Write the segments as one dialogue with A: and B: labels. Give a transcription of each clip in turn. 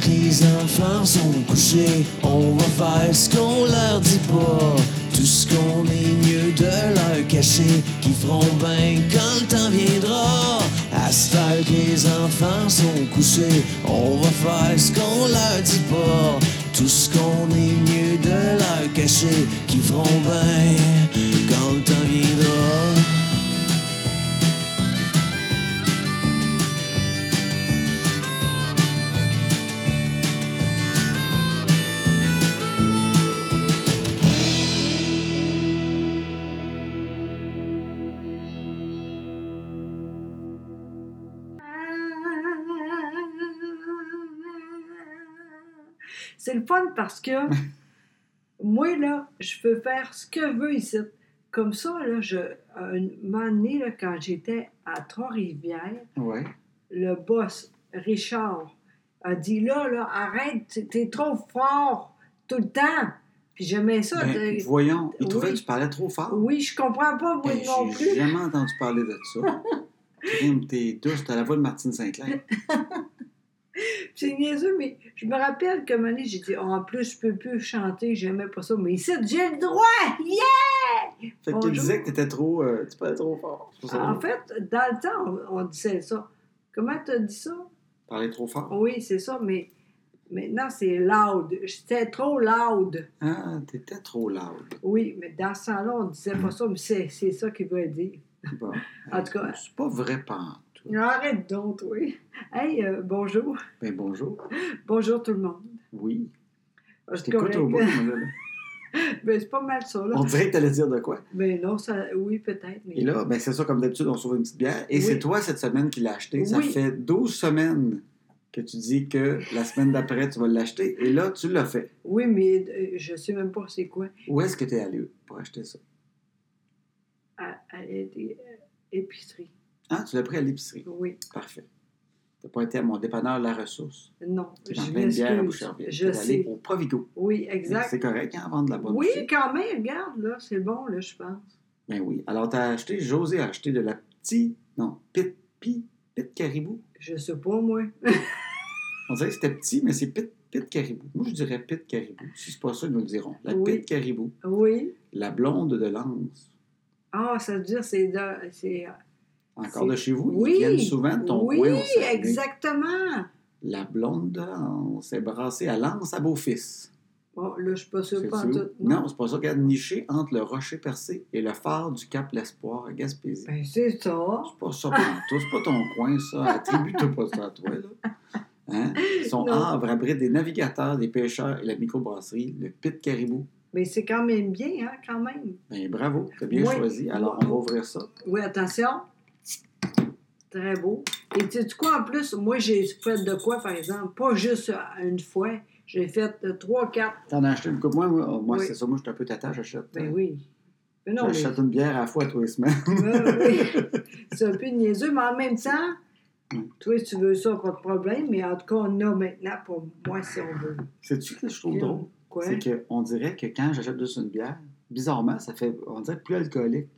A: que les enfants sont couchés, on va faire ce qu'on leur dit pas. Tout ce qu'on est mieux de leur cacher, qui feront bien quand le temps viendra. À cette heure que les enfants sont couchés, on va faire ce qu'on leur dit pas. Tout ce qu'on est mieux de leur cacher, qui feront bien quand le temps viendra.
B: C'est le fun parce que moi, là, je peux faire ce que je veux ici. Comme ça, là, je, un moment donné, là, quand j'étais à Trois-Rivières,
C: Ouais.
B: le boss, Richard, a dit là, là, arrête, t'es- t'es trop fort tout le temps. Puis j'aimais ça.
C: Ben,
B: de-
C: voyons, il
B: oui.
C: trouvait que tu parlais trop fort.
B: Oui, je comprends pas, moi
C: Ben,
B: non
C: J'ai
B: plus.
C: jamais entendu parler de ça. Crime, t'es douce, t'as la voix de Martine Sinclair.
B: C'est niaiseux, mais je me rappelle que Mané, j'ai dit, Oh, en plus, je peux plus chanter, j'aimais pas ça. Mais ici, j'ai le droit! Yeah!
C: Fait
B: Bonjour. Ah.
C: qu'il disait que t'étais trop. euh, tu parlais trop fort. C'est pour ça que
B: En fait, dans le temps, on, on disait ça. Comment t'as dit ça?
C: je parlais trop fort.
B: Oui, c'est ça, mais maintenant, c'est loud. C'était trop loud.
C: Ah, t'étais trop loud.
B: Oui, mais dans ce temps-là, on disait pas ça, mais c'est c'est ça qu'il veut dire.
C: Bon.
B: En tout cas-
C: C'est pas vrai, pas.
B: Arrête donc, oui. Hey, euh, bonjour.
C: Ben bonjour.
B: Bonjour tout le monde.
C: Oui.
B: Ah,
C: Je
B: C'est
C: t'écoute
B: correct.
C: au bout. moi, là.
B: Ben, c'est pas mal ça, là.
C: On dirait que t'allais dire de quoi.
B: Mais non, ça, oui, peut-être. Mais...
C: Et là, ben c'est ça, comme d'habitude, on sauve une petite bière. Et
B: Oui.
C: c'est toi cette semaine qui l'as acheté. Ça
B: Oui.
C: fait 12 semaines que tu dis que la semaine d'après, tu vas l'acheter. Et là, tu l'as fait.
B: Oui, mais euh, je sais même pas c'est quoi.
C: Où est-ce que t'es allé pour acheter ça?
B: À, à l'é- épicerie.
C: Ah, tu l'as pris à l'épicerie.
B: Oui.
C: Parfait. T'as pas été à mon dépanneur La Ressource.
B: Non,
C: T'es en
B: je
C: pleine bière à
B: m'excuse.
C: Boucherville.
B: Je
C: T'es allé
B: sais.
C: au Provigo.
B: Oui, exact.
C: C'est correct, hein, vendre de la bonne
B: Oui,
C: fille.
B: quand même, regarde, là, c'est bon, là, je pense.
C: Ben oui. Alors, t'as acheté, José a acheté de la petite, non, pit, pit, pit caribou.
B: Je sais pas, moi.
C: On dirait que c'était petit, mais c'est pit, pit caribou. Moi, je dirais pit caribou. Si c'est pas ça, ils nous le diront. La
B: Oui.
C: pit caribou.
B: Oui.
C: La blonde de Lance.
B: Ah, ça veut dire, c'est de- c'est-
C: Encore de
B: C'est-
C: chez vous?
B: Oui.
C: Ils viennent souvent de ton
B: oui,
C: coin. au Saguenay.
B: exactement.
C: La blonde de Lance est brassée à Lance à Beaufils.
B: Bon, là, je suis pas sûre,
C: C'est
B: pas en
C: sûr.
B: tout.
C: Non, c'est pas ça. Regarde, niché entre le rocher percé et le phare du Cap L'Espoir à Gaspésie.
B: Ben, c'est ça.
C: C'est pas ça pantoute. C'est pas ton coin, ça. Attribue-toi pas ça à toi, là. Hein? Son
B: Non.
C: havre abrite des navigateurs, des pêcheurs et la microbrasserie, le Pit Caribou.
B: Mais Ben, c'est quand même bien, hein, quand même.
C: Ben, bravo, t'as bien
B: Oui.
C: choisi. Alors, on va ouvrir ça.
B: Oui, attention. Très beau. Et tu sais quoi, en plus, moi, j'ai fait de quoi, par exemple? Pas juste euh, une fois. J'ai fait euh, trois, quatre.
C: T'en as acheté une coupe. Moi, moi, moi,
B: Oui.
C: c'est ça. Moi, je suis un peu tata, j'achète.
B: Ben
C: euh,
B: oui. Mais non, mais...
C: J'achète une bière à la fois tous les semaines.
B: Ouais, oui. C'est un peu niaiseux, mais en même temps,
C: Mm.
B: toi, si tu veux ça, pas de problème, mais en tout cas, on a maintenant pour moi si on veut.
C: Sais-tu ce que je trouve drôle?
B: Quoi?
C: C'est qu'on dirait que quand j'achète juste une bière, bizarrement, ça fait, on dirait, plus alcoolique.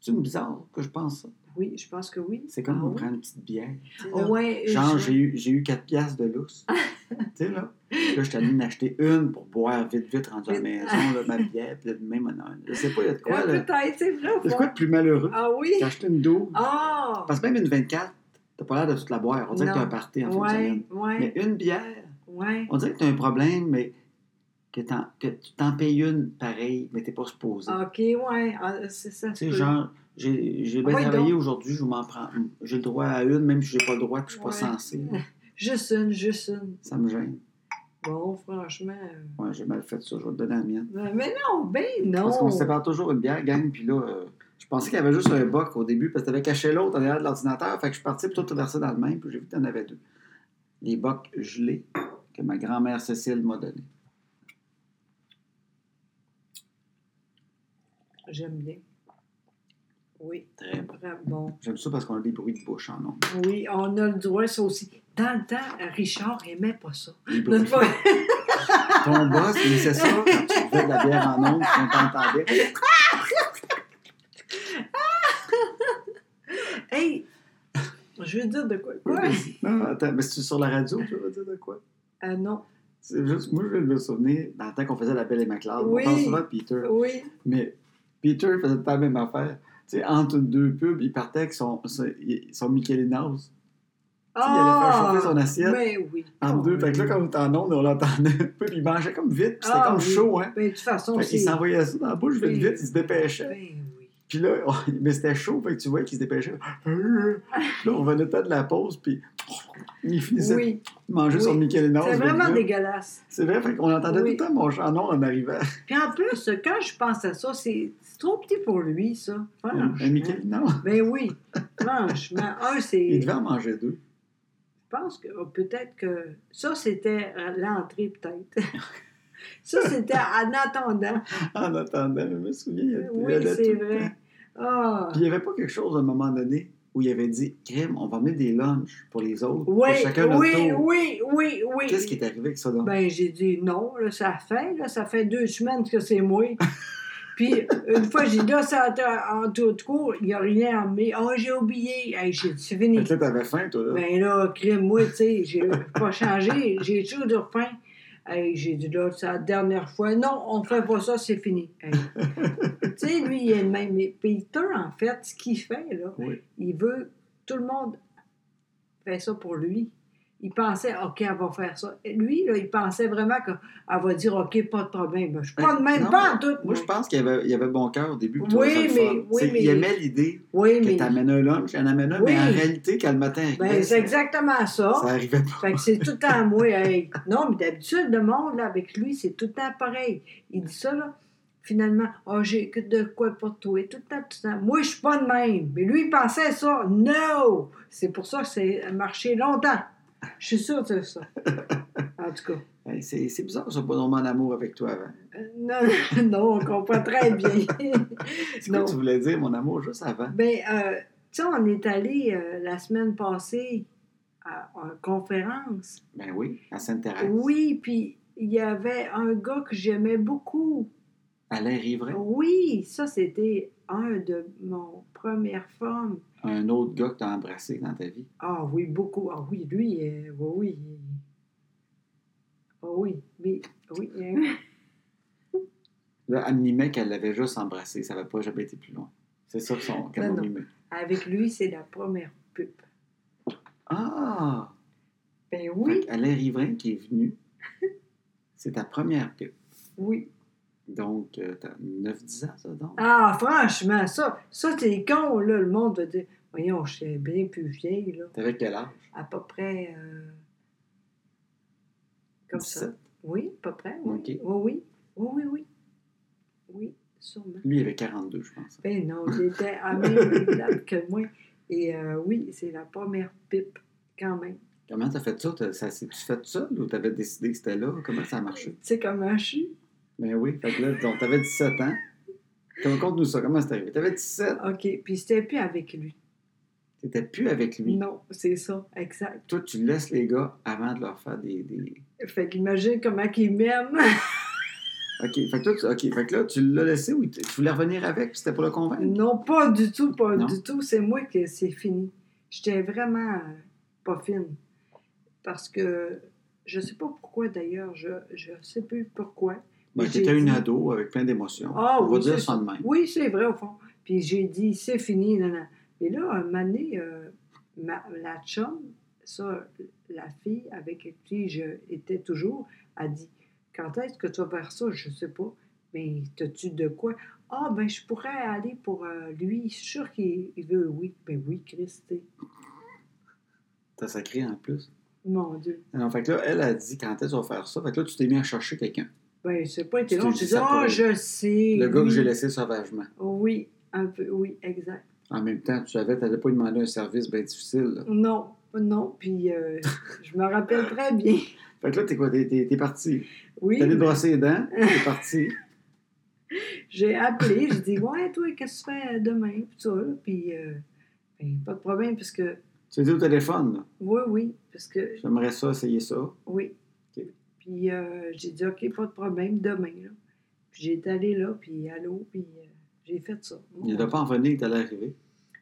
C: C'est une bizarre que je pense ça.
B: Oui, je pense que oui.
C: C'est comme
B: Ah
C: on
B: oui?
C: prend une petite bière. tu sais,
B: Ah
C: là.
B: ouais,
C: Genre,
B: je-
C: j'ai eu, j'ai eu 4 piastres de lousse. tu sais, là. Là, je t'allais en acheter une pour boire vite, vite, rendu à la
B: Vite.
C: maison, là, ma bière, puis là, demain, mon heure. Je sais pas, il y a de quoi,
B: Ah,
C: là.
B: peut-être, c'est vrai. au
C: Il y a de
B: fond.
C: quoi de plus malheureux
B: Ah oui?
C: T'as acheté une 12.
B: Ah!
C: Parce que même une 24, t'as pas l'air de toute la boire. On dirait que
B: Non.
C: t'as un party en fin de
B: Ouais,
C: semaine. Mais
B: ouais,
C: une bière,
B: ouais.
C: on dirait que t'as un problème, mais que, t'en- que tu t'en payes une pareil, mais t'es pas supposé.
B: Ok, ouais, ah, c'est ça.
C: Tu sais,
B: c'est-
C: genre, j'ai j'ai bien
B: Ouais,
C: travaillé
B: donc.
C: aujourd'hui, je m'en prends. une. J'ai le droit à une, même si j'ai pas le droit, puis je suis pas
B: Ouais.
C: censé.
B: Juste une, juste une.
C: Ça me gêne.
B: Bon, franchement. euh,
C: Ouais, j'ai mal fait ça, je vais te donner la mienne.
B: ben- Mais non, ben non.
C: Parce qu'on se sépare toujours une bière, gang, puis là, euh, je pensais qu'il y avait juste un boc au début, parce que t'avais caché l'autre en derrière de l'ordinateur, fait que je suis parti pour tout verser dans le même, puis j'ai vu que t'en avais deux. Les bocs gelés que ma grand-mère Cécile m'a donné.
B: J'aime bien. Oui,
C: Très bon.
B: vraiment bon.
C: J'aime ça parce qu'on a des bruits de bouche en nombre.
B: Oui, on a le droit, ça aussi. Dans le temps, Richard aimait pas ça.
C: Des bruits.
B: Notre-
C: Ton boss, mais c'est ça, quand tu buvais de la bière en ondes, on t'entendait.
B: hey! Je veux dire de quoi?
C: Oui,
B: Quoi?
C: mais- Non, non, attends, mais c'est sur la radio, tu vas dire de quoi?
B: Ah non.
C: C'est juste, moi, je viens de me souvenir, dans le temps qu'on faisait la Belle et McLeod,
B: Oui.
C: on parle souvent de Peter,
B: Oui.
C: mais Peter faisait pas la même affaire. Tu sais, entre deux pubs, il partait avec son, son, son Michelinos. Tu sais, Il allait faire chauffer son assiette
B: Mais Ah! Ben oui.
C: entre deux. Fait que là, quand on était en onde, on l'entendait un peu, puis il mangeait comme vite, puis c'était
B: Ah,
C: comme
B: oui.
C: chaud, hein?
B: Ben, de toute façon,
C: Fait qu'il
B: c'est.
C: s'envoyait ça dans la bouche vite,
B: Oui.
C: vite, il se dépêchait.
B: Ben oui.
C: Puis là, on- mais c'était chaud, fait que tu vois qu'il se dépêchait. Puis là, on revenait pas de la pause, puis il finissait
B: Oui.
C: de manger
B: Oui.
C: son Michelinos.
B: C'est
C: vite,
B: vraiment
C: vite.
B: dégueulasse.
C: C'est vrai, fait qu'on entendait
B: Oui.
C: tout le temps mon chanson en arrivant.
B: Puis en plus, quand je pense à ça, c'est c'est trop petit pour lui, ça. Franchement.
C: Un Michelinos.
B: Ben oui. Franchement. Un,
C: Il
B: c'est.
C: devait en manger deux.
B: Je pense que oh, peut-être que ça, c'était à l'entrée, peut-être. ça, c'était en attendant.
C: En attendant, je me souviens, il y avait
B: Oui,
C: il y avait
B: c'est
C: tout le temps.
B: vrai. Ah,
C: Puis il n'y avait pas quelque chose à un moment donné où il avait dit, Crème, on va mettre des lunchs pour les autres.
B: oui,
C: pour chacun notre
B: oui,
C: tour.
B: oui, oui, oui.
C: Qu'est-ce qui est arrivé avec ça donc?
B: Ben, j'ai dit non, là, ça fait, là, ça fait deux semaines que c'est moi. Puis, une fois, j'ai dit, là, ça, en tout court, il n'y a rien emmené. Ah, j'ai oublié. Hey, j'ai dit, c'est fini.
C: Fait que là, t'avais faim, toi, là.
B: Ben là, crime, moi, tu sais, j'ai pas changé, j'ai toujours du repain. Hey, j'ai dit là, c'est la dernière fois. Non, on fait pas ça, c'est fini. Hey. tu sais, lui, il est le même. Mais Peter, en fait, ce qu'il fait, là,
C: Oui.
B: il veut. Tout le monde fait ça pour lui. Il pensait, OK, elle va faire ça. Et lui, là, il pensait vraiment qu'elle va dire, OK, pas de problème. Ben, Je suis pas de
C: Ben,
B: même,
C: non,
B: pas en tout.
C: Moi, je pense qu'il y avait, il y avait bon cœur au début. puis
B: Oui,
C: tout ça, le
B: mais-
C: fun.
B: oui,
C: C'est-
B: mais-
C: Il aimait l'idée
B: Oui,
C: que
B: mais.
C: t'amènes un lunch, il en amène un,
B: Oui.
C: mais en réalité, quand le matin
B: Ben,
C: arrivait,
B: c'est
C: ça,
B: exactement ça.
C: ça arrivait pas.
B: Fait que c'est tout le temps moi. hey. Non, mais d'habitude, le monde, là, avec lui, c'est tout le temps pareil. Il dit ça, là. Finalement, oh, j'ai que de quoi pour toi. Tout le temps, tout le temps. Moi, je suis pas de même. Mais lui, il pensait ça. No! C'est pour ça que c'est marché longtemps. Je suis sûre de ça. En tout cas.
C: Ben, c'est c'est bizarre, ça, pas tombé en amour avec toi avant.
B: euh, Non, non, on comprend très bien.
C: C'est
B: Non.
C: quoi tu voulais dire, mon amour, juste avant?
B: Ben, euh, tu sais, on est allé euh, la semaine passée à une conférence.
C: Ben oui, à Sainte-Thérèse.
B: Oui, puis il y avait un gars que j'aimais beaucoup.
C: Alain Rivrain,
B: Oui, ça c'était un de mon première femme.
C: un autre gars que t'as embrassé dans ta vie.
B: Ah oui, beaucoup. Ah oui, lui, euh, oui, oui. Ah oui, mais oui. hein.
C: Là, elle mimait qu'elle l'avait juste embrassé, ça n'avait pas jamais été plus loin. C'est ça que son- qu'elle
B: Non,
C: m'a
B: non.
C: mimé.
B: Avec lui, c'est la première pub.
C: Ah!
B: Ben oui,
C: Fait Alain Rivrain qui est venu, c'est ta première pipe.
B: oui.
C: Donc, euh, t'as 9-10 ans, ça, donc?
B: Ah, franchement, ça, ça, t'es con, là. Le monde va dire, voyons, je suis bien plus vieille, là.
C: T'avais quel âge?
B: À peu près. euh, comme ça.
C: 17?
B: Oui, à peu près, oui.
C: Ok.
B: Oui, oui, oui, oui, oui. Oui, sûrement.
C: Lui, il avait 42, je pense.
B: Ben non, j'étais à même date que moi. Et euh, oui, c'est la première pipe, quand même.
C: Comment t'as fait ça? T'as- ça T'as-tu fait ça ou t'avais décidé que c'était là? Comment ça a
B: Tu
C: marché?
B: sais comment je suis?
C: Ben oui, fait que là, donc, t'avais 17 ans. Comme, Conte-nous ça, comment c'est arrivé? T'avais 17,
B: OK, puis c'était plus avec lui.
C: t'étais plus avec lui.
B: Non, c'est ça, exact.
C: Toi, tu laisses les gars avant de leur faire des... des-
B: Fait qu'imagine comment qu'il m'aime.
C: OK, fait que, toi, tu... ok, fait que là, tu l'as laissé ou tu tu voulais revenir avec puis c'était pour le convaincre?
B: non, pas du tout, pas
C: Non.
B: du tout. C'est moi que c'est fini. J'étais vraiment euh, pas fine. Parce que je sais pas pourquoi d'ailleurs, je, je sais plus pourquoi.
C: Ben,
B: J'ai
C: t'étais une
B: dit-
C: ado avec plein d'émotions.
B: Ah,
C: On va
B: oui,
C: dire
B: c'est
C: ça de même.
B: Oui, c'est vrai, au fond. Puis j'ai dit, c'est fini, non, non. Et là, un moment donné, euh, ma- la chum, ça, la fille avec qui j'étais toujours, a dit, quand est-ce que tu vas faire ça? Je sais pas. Mais t'as-tu de quoi? Ah, ben, je pourrais aller pour euh, lui. Je suis sûre qu'il il veut, oui. Ben oui, Christy.
C: T'as sacré en plus.
B: Mon Dieu.
C: Alors, fait que là, elle a dit quand est-ce qu'on va faire ça. Fait que là, tu t'es mis à chercher quelqu'un.
B: Ben, c'est pas été
C: Tu
B: long.
C: t'es
B: J'ai
C: dit
B: dit,
C: ça
B: ah,
C: pour-
B: je sais.
C: Le gars que
B: oui.
C: j'ai laissé sauvagement.
B: Oui, un peu, oui, exact.
C: En même temps, tu savais, t'allais pas lui demander un service bien difficile. là.
B: Non, non, puis euh, je me rappelle très bien.
C: Fait que là, t'es quoi? T'es, t'es- t'es parti.
B: Oui,
C: T'es allé brosser les dents, t'es parti.
B: j'ai appelé, j'ai dit Ouais, toi, qu'est-ce que tu fais demain Puis ça, là, puis euh, ben, pas de problème, parce que,
C: Tu as dit au téléphone, là,
B: oui, oui, parce que,
C: j'aimerais ça, essayer ça.
B: oui.
C: Ok.
B: Puis euh, j'ai dit Ok, pas de problème, demain. Là. Puis j'ai été allée là, puis allô, puis euh, j'ai fait ça.
C: Il ne doit pas en venir, il t'allait arriver.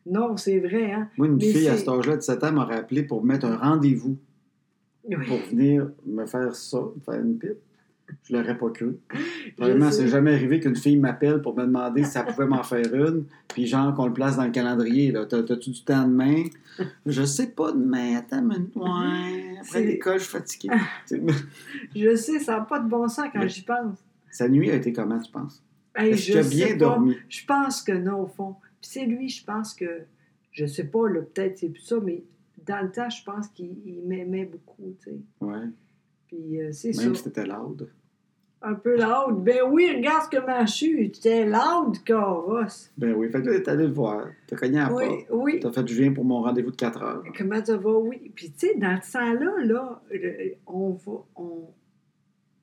B: Non, c'est vrai, hein?
C: Moi, une
B: Mais
C: fille à
B: c'est-
C: cet âge-là, 17 ans, m'aurait appelé pour mettre un rendez-vous pour
B: Oui.
C: venir me faire ça, me faire une pipe. Je l'aurais pas cru. Vraiment,
B: sais.
C: c'est jamais arrivé qu'une fille m'appelle pour me demander si ça pouvait m'en faire une, puis genre qu'on le place dans le calendrier. là. T'as- T'as-tu du temps demain? Je sais pas demain, attends une minute. Ouais, après
B: C'est-
C: l'école, je suis fatigué.
B: Je sais, ça n'a pas de bon sens quand
C: Mais-
B: j'y pense.
C: Sa nuit a été comment, tu penses?
B: Hey,
C: Est-ce
B: je
C: que tu as
B: sais
C: bien
B: pas.
C: dormi?
B: Je pense que non, au fond. Puis c'est lui, je pense que, je sais pas, là, peut-être c'est plus ça, mais dans le temps, je pense qu'il il m'aimait beaucoup, tu sais.
C: Ouais,
B: Puis euh, c'est ça.
C: même si t'étais lourde.
B: Un peu loud. Ben oui, regarde comment je suis. Tu es loud, Coros.
C: Ben oui, fait que là, t'es allé le voir. T'as cogné à la porte.
B: Oui, oui.
C: T'as fait, je viens pour mon rendez-vous de 4 heures.
B: Comment ça va? Oui. Puis tu sais, dans ce temps-là, là, le- on va. On,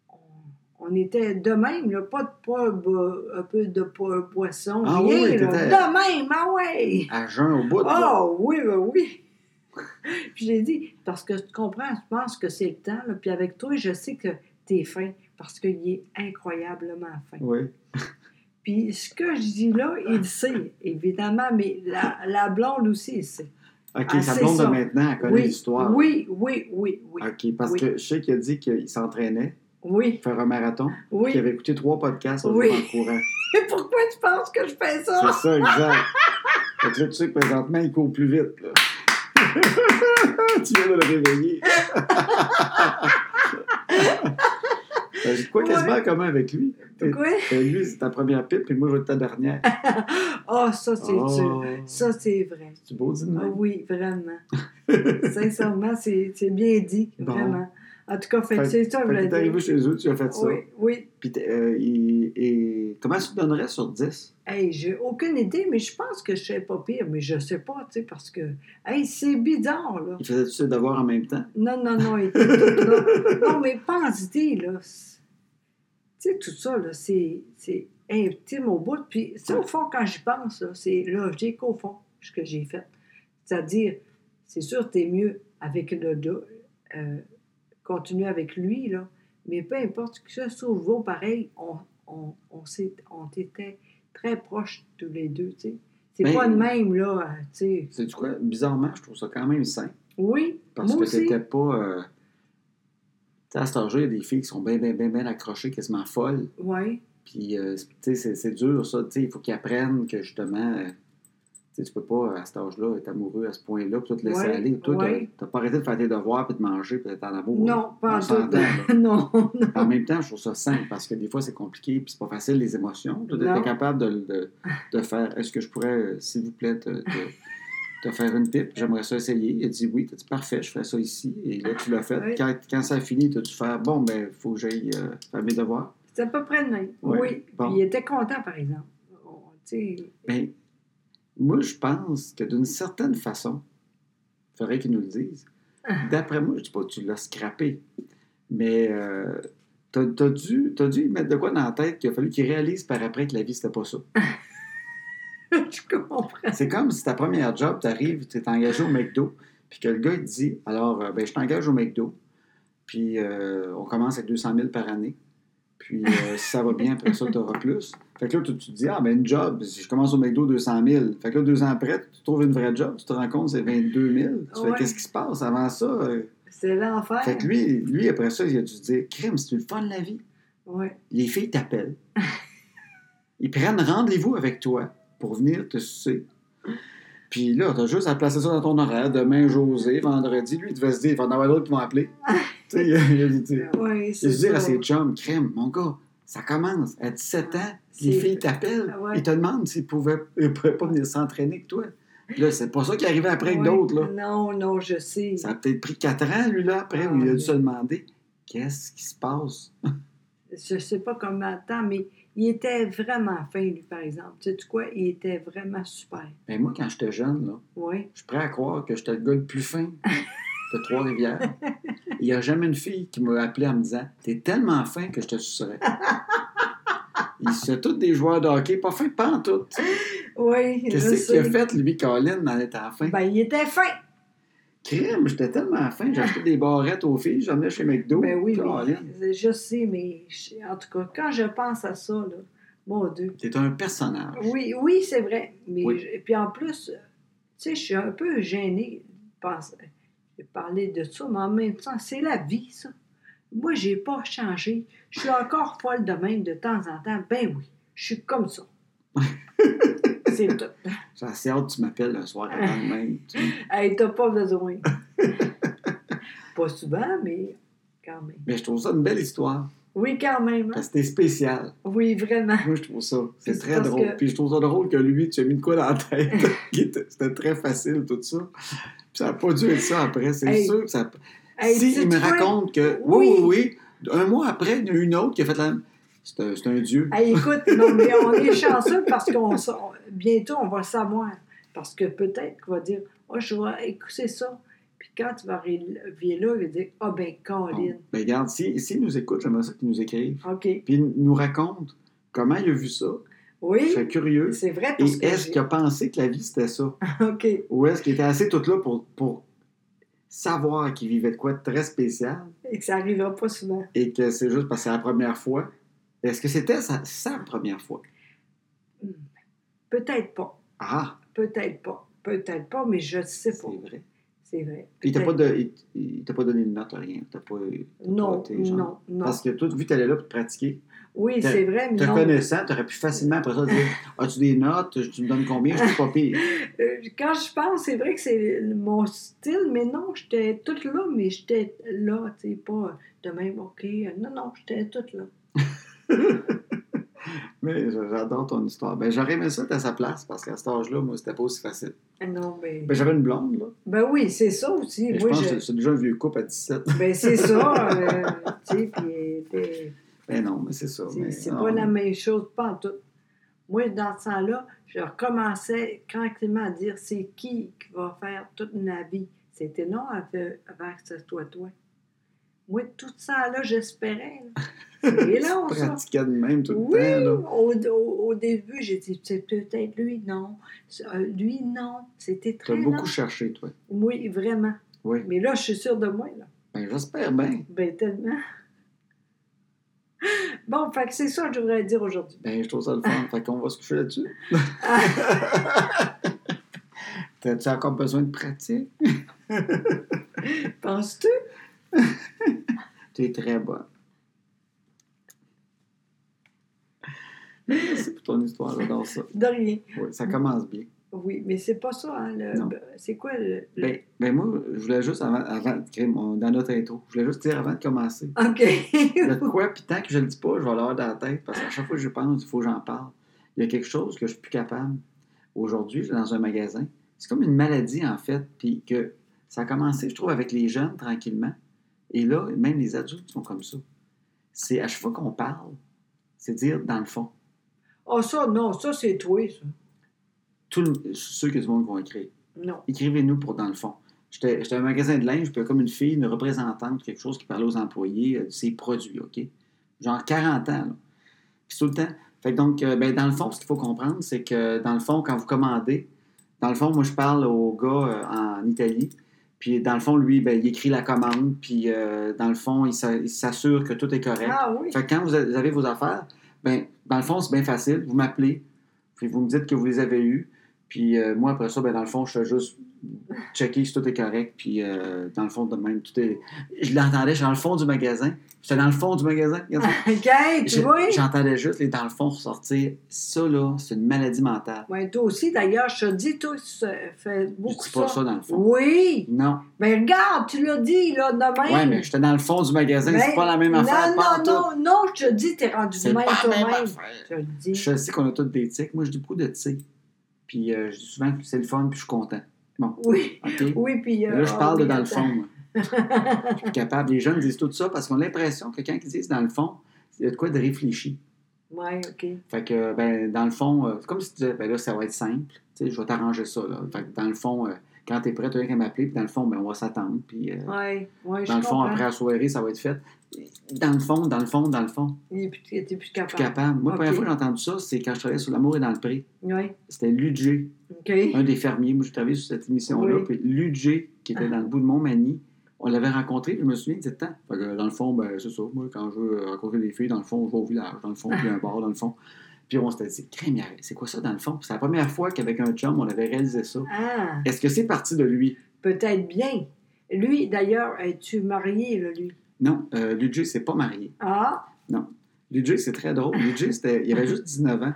B: on- on était de même, là, pas de pub, euh, un peu de po- poisson,
C: Ah
B: rien,
C: oui,
B: là.
C: t'étais-
B: de même, ah ouais!
C: À jeun au bout. là.
B: Ah oui, ben oui. puis j'ai dit, parce que tu comprends, je pense que c'est le temps. Là, puis avec toi, je sais que t'es fin, parce qu'il est incroyablement fin.
C: Oui.
B: Puis ce que je dis là, il le sait, évidemment, mais la, la blonde aussi, il sait.
C: OK,
B: Ah,
C: sa
B: c'est
C: blonde de
B: ça.
C: maintenant, elle connaît
B: Oui,
C: l'histoire.
B: oui, oui, oui, oui,
C: OK, parce
B: Oui.
C: que je sais qu'il a dit qu'il s'entraînait
B: oui,
C: pour faire un marathon,
B: oui.
C: qu'il avait écouté trois podcasts au
B: Oui.
C: jour en courant.
B: Mais pourquoi tu penses que je fais ça?
C: C'est ça, exact. fait que là, tu sais que présentement, il court plus vite. là. tu viens de le réveiller. J'ai de quoi Ben, quasiment en commun avec lui.
B: Pourquoi?
C: Euh, Lui, c'est ta première pipe, et moi, je vais être ta dernière.
B: Ah, ça, c'est dur.
C: Oh,
B: Ça, c'est vrai.
C: C'est beau, dis de
B: Ah
C: même.
B: oui, vraiment. Sincèrement, c'est c'est bien dit,
C: Bon.
B: vraiment. En tout cas, fait,
C: Fait-
B: que c'est ça,
C: Fait
B: vous
C: que
B: l'avez
C: t'es arrivé chez eux, tu as fait ça.
B: ben, Oui, oui.
C: Puis t'es- euh, et, et comment tu te donnerais sur 10?
B: Hey, j'ai aucune idée, mais je pense que je sais pas pire, mais je sais pas, tu sais, parce que, hey, c'est bizarre, là.
C: Il faisait-tu ses devoirs en même temps?
B: Non, non, non, il était tout là. Non, mais pense-y, là. C'est- Tu sais, tout ça, là, c'est c'est intime au bout. Puis, ça, au fond, quand j'y pense, là, c'est logique, au fond, ce que j'ai fait. C'est-à-dire, c'est sûr, t'es mieux avec le do- euh, continuer avec lui, là. Mais peu importe que ça se vaut pareil, on, on, on, s'est- on était très proches tous les deux, tu sais. C'est
C: Ben-
B: pas le même, là, hein, tu sais.
C: C'est du quoi? Bizarrement, je trouve ça quand même sain.
B: Oui,
C: Parce
B: moi
C: que
B: aussi.
C: t'étais pas. euh, Tu sais, à cet âge-là, il y a des filles qui sont bien, bien, bien, bien accrochées, quasiment folles.
B: Oui,
C: Puis, euh, tu sais, c'est- c'est dur, ça. Tu sais, il faut qu'ils apprennent que justement. euh, tu sais, tu peux pas, à cet âge-là, être amoureux à ce point-là, puis tout te laisser
B: Ouais,
C: aller. Toi, t'as-
B: ouais.
C: t'as pas arrêté de faire tes devoirs, puis de manger, puis d'être en amour. là.
B: non,
C: On
B: pas en
C: s'entend,
B: tout.
C: là.
B: Non, non.
C: En même temps, je trouve ça simple parce que des fois, c'est compliqué puis c'est pas facile les émotions. Tu
B: Non.
C: étais capable de, de, de faire est-ce que je pourrais, euh, s'il vous plaît, te, te- te faire une pipe J'aimerais ça essayer. Il a dit oui. Tu dit parfait, je fais ça ici. Et là, tu l'as fait.
B: Oui.
C: Quand, quand ça a fini, tu as dû faire bon, ben, il faut que j'aille euh, faire mes devoirs.
B: C'est à peu près le même.
C: Ouais,
B: Oui.
C: bon.
B: Puis il était content, par exemple. On- tu sais,
C: Ben, moi, je pense que d'une certaine façon, il faudrait qu'ils nous le disent. D'après moi, je dis pas que tu l'as scrappé, mais euh, t'as t'as dû, t'as dû y mettre de quoi dans la tête qu'il a fallu qu'il réalise par après que la vie, c'était pas ça.
B: je comprends.
C: C'est comme si ta première job, t'arrives, t'es engagé au McDo, puis que le gars, il te dit Alors, euh, ben, je t'engage au McDo, puis euh, on commence avec 200 000 par année. Puis euh, si ça va bien, après ça, tu auras plus. Fait que là, tu, tu te dis Ah, ben, une job, si je commence au McDo 200 000. Fait que là, deux ans après, tu trouves une vraie job, tu te rends compte, c'est 22 000. Tu fais
B: Ouais.
C: Qu'est-ce qui se passe avant ça euh?
B: C'est l'enfer.
C: Fait que lui, lui, après ça, il a dû se dire Crime, c'est le fun de la vie.
B: Ouais.
C: Les filles t'appellent. Ils prennent rendez-vous avec toi pour venir te sucer. Puis là, t'as juste à placer ça dans ton horaire. Demain, José, vendredi, lui, il devait se dire, il va en avoir d'autres qui vont appeler. tu sais, il a- il a dit, il
B: Ouais,
C: a
B: c'est
C: dû dire à
B: ça.
C: ses chums, crème, mon gars, ça commence à 17 ans, les
B: C'est- Ah
C: filles t'appellent,
B: Ouais.
C: ils te demandent s'ils pouvaient, ils pouvaient pas venir s'entraîner que toi. Puis Là, c'est pas ça qui arrivait après
B: Ah Ouais.
C: que d'autres, là.
B: Non, non, je sais.
C: Ça a peut-être pris 4 ans, lui, là, après,
B: Ah
C: où il a dû se demander, qu'est-ce qui se passe?
B: Je sais pas comment tant, mais il était vraiment fin, lui, par exemple. Tu sais -tu quoi? Il était vraiment super.
C: Ben, moi, quand j'étais jeune, là,
B: Oui.
C: Je suis prêt à croire que j'étais le gars le plus fin de Trois-Rivières. Il n'y a jamais une fille qui m'a appelé en me disant T'es tellement fin que je te sucerais. Ils sont tous des joueurs de hockey, pas fins, pas en tout.
B: Oui, je
C: Qu'est-ce qu'il a
B: sais.
C: fait, lui, Colin, en étant fin?
B: Ben, il était fin.
C: Crime, j'étais tellement fin, j'achetais des barrettes aux filles, j'en ai chez McDo.
B: Ben oui,
C: Colin,
B: mais je sais, mais je- en tout cas, quand je pense à ça, là, mon Dieu.
C: t'es un personnage.
B: Oui, oui, c'est vrai. Mais
C: Oui.
B: je- puis en plus, euh, sais, je suis un peu gênée de penser- de parler de ça, mais en même temps, c'est la vie, ça. Moi, j'ai pas changé. Je suis encore folle de même de temps en temps. Ben oui, je suis comme ça. c'est tout.
C: J'ai assez hâte que tu m'appelles un soir avant le même. tu sais.
B: Hey, t'as pas besoin. pas souvent, mais quand même.
C: Mais je trouve ça une belle histoire.
B: Oui, quand même. hein.
C: Parce que t'es spécial.
B: Oui, vraiment.
C: Moi, je trouve ça. C'est
B: Puis
C: très
B: parce
C: drôle.
B: que-
C: Puis je trouve ça drôle que lui, tu as mis de quoi dans la tête. qui était- C'était très facile, tout ça. Puis ça n'a pas dû être ça après, c'est
B: Hey.
C: sûr. que Ça...
B: Hey,
C: si il
B: sais-tu
C: me
B: quoi?
C: raconte que. Oui, oui, oui. Un mois après, il y en a une autre qui a fait la même. C'est un, c'est un dieu.
B: Hey, Ah, écoute, non, mais on est chanceux parce qu'on sa- bientôt on va le savoir. Parce que peut-être qu'on va dire Oh, je vais écouter ça. Puis quand tu vas arriver là, il va dire Ah, ben, Colin.
C: Bon. Ben, regarde, s'il si, s'il nous écoute, j'aimerais ça qu'il nous écrive.
B: OK.
C: Puis il nous raconte comment il a vu ça. Je
B: Oui,
C: serais curieux.
B: c'est vrai.
C: Et
B: Parce que
C: est-ce
B: j'ai-
C: qu'il a pensé que la vie, c'était ça?
B: OK.
C: Ou est-ce qu'il était assez tout là pour, pour savoir qu'il vivait de quoi de très spécial
B: Et que ça n'arrivera pas souvent.
C: et que c'est juste parce que c'est la première fois? Est-ce que c'était sa, sa première fois?
B: Peut-être pas.
C: Ah,
B: Peut-être pas. Peut-être pas, mais je sais
C: c'est
B: pas. Ben.
C: vrai.
B: C'est vrai.
C: Puis il t'a pas,
B: Peut-être.
C: de, il, il t'a pas donné de note, rien. T'as pas, t'as pas
B: Non,
C: été genre-
B: non, non.
C: Parce que toi, vu que t'allais là pour te pratiquer,
B: Oui,
C: T'as-
B: c'est vrai, mais
C: te
B: non.
C: connaissant, t'aurais pu facilement après ça dire As-tu des notes Tu me donnes combien Je suis pas pire.
B: Euh, Quand je pense, c'est vrai que c'est mon style, mais non, j'étais toute là, mais j'étais là, tu sais, pas de même, OK. Non, non, j'étais toute là.
C: Mais j'adore ton histoire. Ben, j'aurais aimé ça être à sa place parce qu'à cet âge-là, moi, c'était pas aussi facile.
B: Ah Non, ben,
C: Ben, j'avais une blonde, là.
B: ben oui, c'est ça aussi.
C: Et je
B: Moi,
C: pense
B: je-
C: que c'est déjà un vieux couple à 17.
B: ben c'est ça, euh, tu sais, puis euh, t'es-
C: Ben non, mais c'est ça.
B: c'est-
C: mais
B: c'est
C: non.
B: pas la même chose, pas en tout. Moi, dans ce temps-là, je recommençais tranquillement à dire c'est qui qui va faire toute ma vie. C'était non avec, avec ce toi-toi. Moi, tout ça, là, j'espérais. là. C'est long,
C: Tu
B: ça.
C: pratiquais de même tout le
B: Oui,
C: temps, là.
B: au, au- au début, j'ai dit, c'est peut-être lui, non. C'est- euh, lui, non. C'était
C: Tu
B: très
C: as
B: long.
C: beaucoup cherché, toi.
B: Oui, vraiment.
C: Oui.
B: Mais là, je suis sûre de moi, là.
C: Ben, j'espère bien.
B: Ben, tellement. Bon, fait que c'est ça que je voudrais dire aujourd'hui.
C: Ben, je trouve ça le fun. fait qu'on va se coucher là-dessus. T'as-tu encore besoin de pratique?
B: Penses-tu?
C: Tu es très bonne. Merci pour ton histoire, j'adore ça.
B: De rien.
C: Oui, ça commence bien.
B: Oui, mais c'est pas ça, hein, le-
C: Non.
B: C'est quoi le... le-
C: Ben, ben moi, je voulais juste, avant, avant de créer mon, dans notre intro, je voulais juste dire avant de commencer, Le
B: OK.
C: quoi, puis tant que je le dis pas, je vais l'avoir dans la tête, parce qu'à chaque fois que je pense, il faut que j'en parle. Il y a quelque chose que je suis plus capable. Aujourd'hui, je suis dans un magasin. C'est comme une maladie, en fait, puis que ça a commencé, je trouve, avec les jeunes, tranquillement. Et là, même les adultes sont comme ça. C'est à chaque fois qu'on parle, c'est dire, dans le fond,
B: oh, ça, non, ça, c'est toi, ça.
C: tout le- ceux que du monde vont écrire.
B: Non.
C: écrivez-nous pour dans le fond. J'étais j'étais à un magasin de linge, puis comme une fille, une représentante, quelque chose qui parlait aux employés euh, de ses produits, OK? Genre 40 ans, là. Puis tout le temps. Fait que donc, euh, ben, dans le fond, ce qu'il faut comprendre, c'est que dans le fond, quand vous commandez, dans le fond, moi, je parle au gars euh, en Italie, puis dans le fond, lui, ben, il écrit la commande, puis euh, dans le fond, il s'a- il s'assure que tout est correct.
B: Ah oui.
C: Fait que quand vous a- vous avez vos affaires, ben, dans le fond, c'est bien facile. Vous m'appelez, puis vous me dites que vous les avez eues. Puis euh, moi, après ça, ben, dans le fond, je fais juste checker si tout est correct. Puis euh, dans le fond, de même, tout est. Je l'entendais, je suis dans le fond du magasin. J'étais dans le fond du magasin.
B: Ah,
C: Regarde ça.
B: OK, tu
C: Je-
B: vois?
C: J'entendais juste les dans le fond ressortir. Ça, là, c'est une maladie mentale.
B: Ouais, toi aussi, d'ailleurs, je te dis, toi, tu fais
C: Je
B: beaucoup
C: dis pas ça dans le fond.
B: Oui!
C: Non.
B: Mais Ben, regarde, tu l'as dit, là, de même.
C: Ouais, mais j'étais dans le fond du magasin. C'est
B: Ben,
C: pas la même
B: non,
C: affaire. pas en
B: Non,
C: tout.
B: non, non, je te dis, t'es rendu
C: C'est
B: de même
C: pas la même
B: toi-même.
C: affaire.
B: Je te le dis.
C: Je sais qu'on a tous des tics. Moi, je dis beaucoup de tics. Puis euh, je dis souvent que c'est le fun, puis je suis content.
B: Oui,
C: OK?
B: oui, puis...
C: Mais
B: euh,
C: là, je
B: ah
C: parle de
B: oui,
C: dans le
B: attends.
C: fond. moi. Je suis plus capable. Les jeunes disent tout ça parce qu'on a l'impression que quand ils disent dans le fond, il y a de quoi de réfléchi.
B: Ouais, OK.
C: Fait que, ben, dans le fond, euh, c'est comme si tu disais, ben là, ça va être simple. Tu sais, je vais t'arranger ça, là. Fait que, dans le fond, euh, quand t'es prêt, tu rien qu'à m'appeler, puis dans le fond, ben, on va s'attendre. Puis, euh,
B: Ouais, ouais, je
C: dans le fond,
B: comprends.
C: après la soirée, ça va être fait. Dans le fond, dans le fond, dans le fond.
B: Il est plus- il était plus
C: Je
B: capable.
C: suis capable. Moi, la première
B: Ok.
C: fois que j'ai entendu ça, c'est quand je travaillais sur l'amour et dans le pré.
B: Oui,
C: C'était Ludger.
B: OK.
C: un des fermiers, moi j'ai travaillé sur cette émission-là,
B: Oui. Ah.
C: puis Ludger, qui était dans le bout de Montmagny, on l'avait rencontré, puis je me souviens de ce temps. Fait que, dans le fond, ben, c'est ça, moi, quand je veux rencontrer des filles, dans le fond, je vais au village, dans le fond, puis un bar, dans le fond. Puis on s'était dit, crème, c'est quoi ça dans le fond? Puis C'est la première fois qu'avec un chum, on avait réalisé ça.
B: Ah,
C: Est-ce que c'est parti de lui?
B: peut-être bien. Lui, d'ailleurs, es-tu marié, là, lui?
C: Non, euh, Ludger, c'est pas marié.
B: Ah,
C: Ludger, c'est très drôle. Ludger, c'était- il avait juste 19 ans.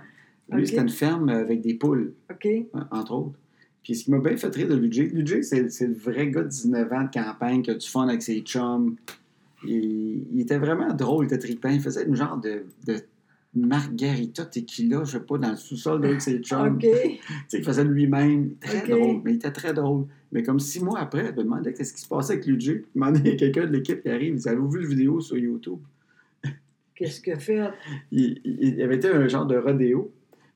C: Lui,
B: Ok.
C: c'était une ferme avec des poules,
B: OK.
C: euh, entre autres. Puis ce qui m'a bien fait rire de Ludger, Ludger, c'est c'est le vrai gars de 19 ans de campagne qui a du fun avec ses chums. Il, il était vraiment drôle, il était trippant. Il faisait une genre de, de margarita tequila, je sais pas, dans le sous-sol d'un de ses chums.
B: OK.
C: Tu sais, il faisait lui-même. Très
B: Ok.
C: drôle, mais il était très drôle. Mais comme six mois après, je me demandais qu'est-ce qui se passait avec Ludger. Je demandais à quelqu'un de l'équipe qui arrive, vous avez vu la vidéo sur YouTube?
B: Qu'est-ce que fait?
C: il, il- il avait été un genre de rodéo.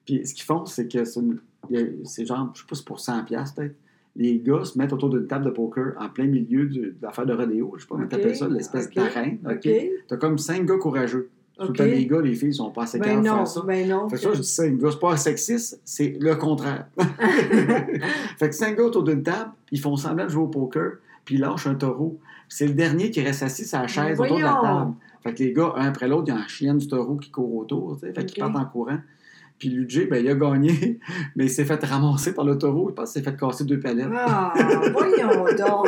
C: Puis ce qu'ils font, c'est que c'est une- il y a- c'est genre, je sais pas, c'est pour 100$ piastres, peut-être. Les gars se mettent autour d'une table de poker en plein milieu du- de l'affaire de rodéo. Je sais pas comment
B: Ok,
C: t'appelles ça, l'espèce
B: ok,
C: d'arène.
B: OK.
C: OK. T'as comme cinq gars courageux. Tout le
B: OK.
C: temps, les gars, les filles, sont pas assez
B: Ben
C: capables de
B: non,
C: faire ça.
B: ben non.
C: Fait que ça, je dis cinq gars, c'est pas sexiste, c'est le contraire. fait que cinq gars autour d'une table, ils font semblant de jouer au poker, puis ils lâchent un taureau. Puis C'est le dernier qui reste assis sur la chaise autour de la
B: Voyons.
C: table. Fait que les gars, un après l'autre, ils ont la chienne du taureau qui court autour, tu sais, fait qu'ils
B: Ok.
C: partent en courant. Puis Ludger, ben, il a gagné, mais il s'est fait ramasser par le taureau. Je pense qu'il s'est fait casser deux palettes.
B: Ah, voyons donc.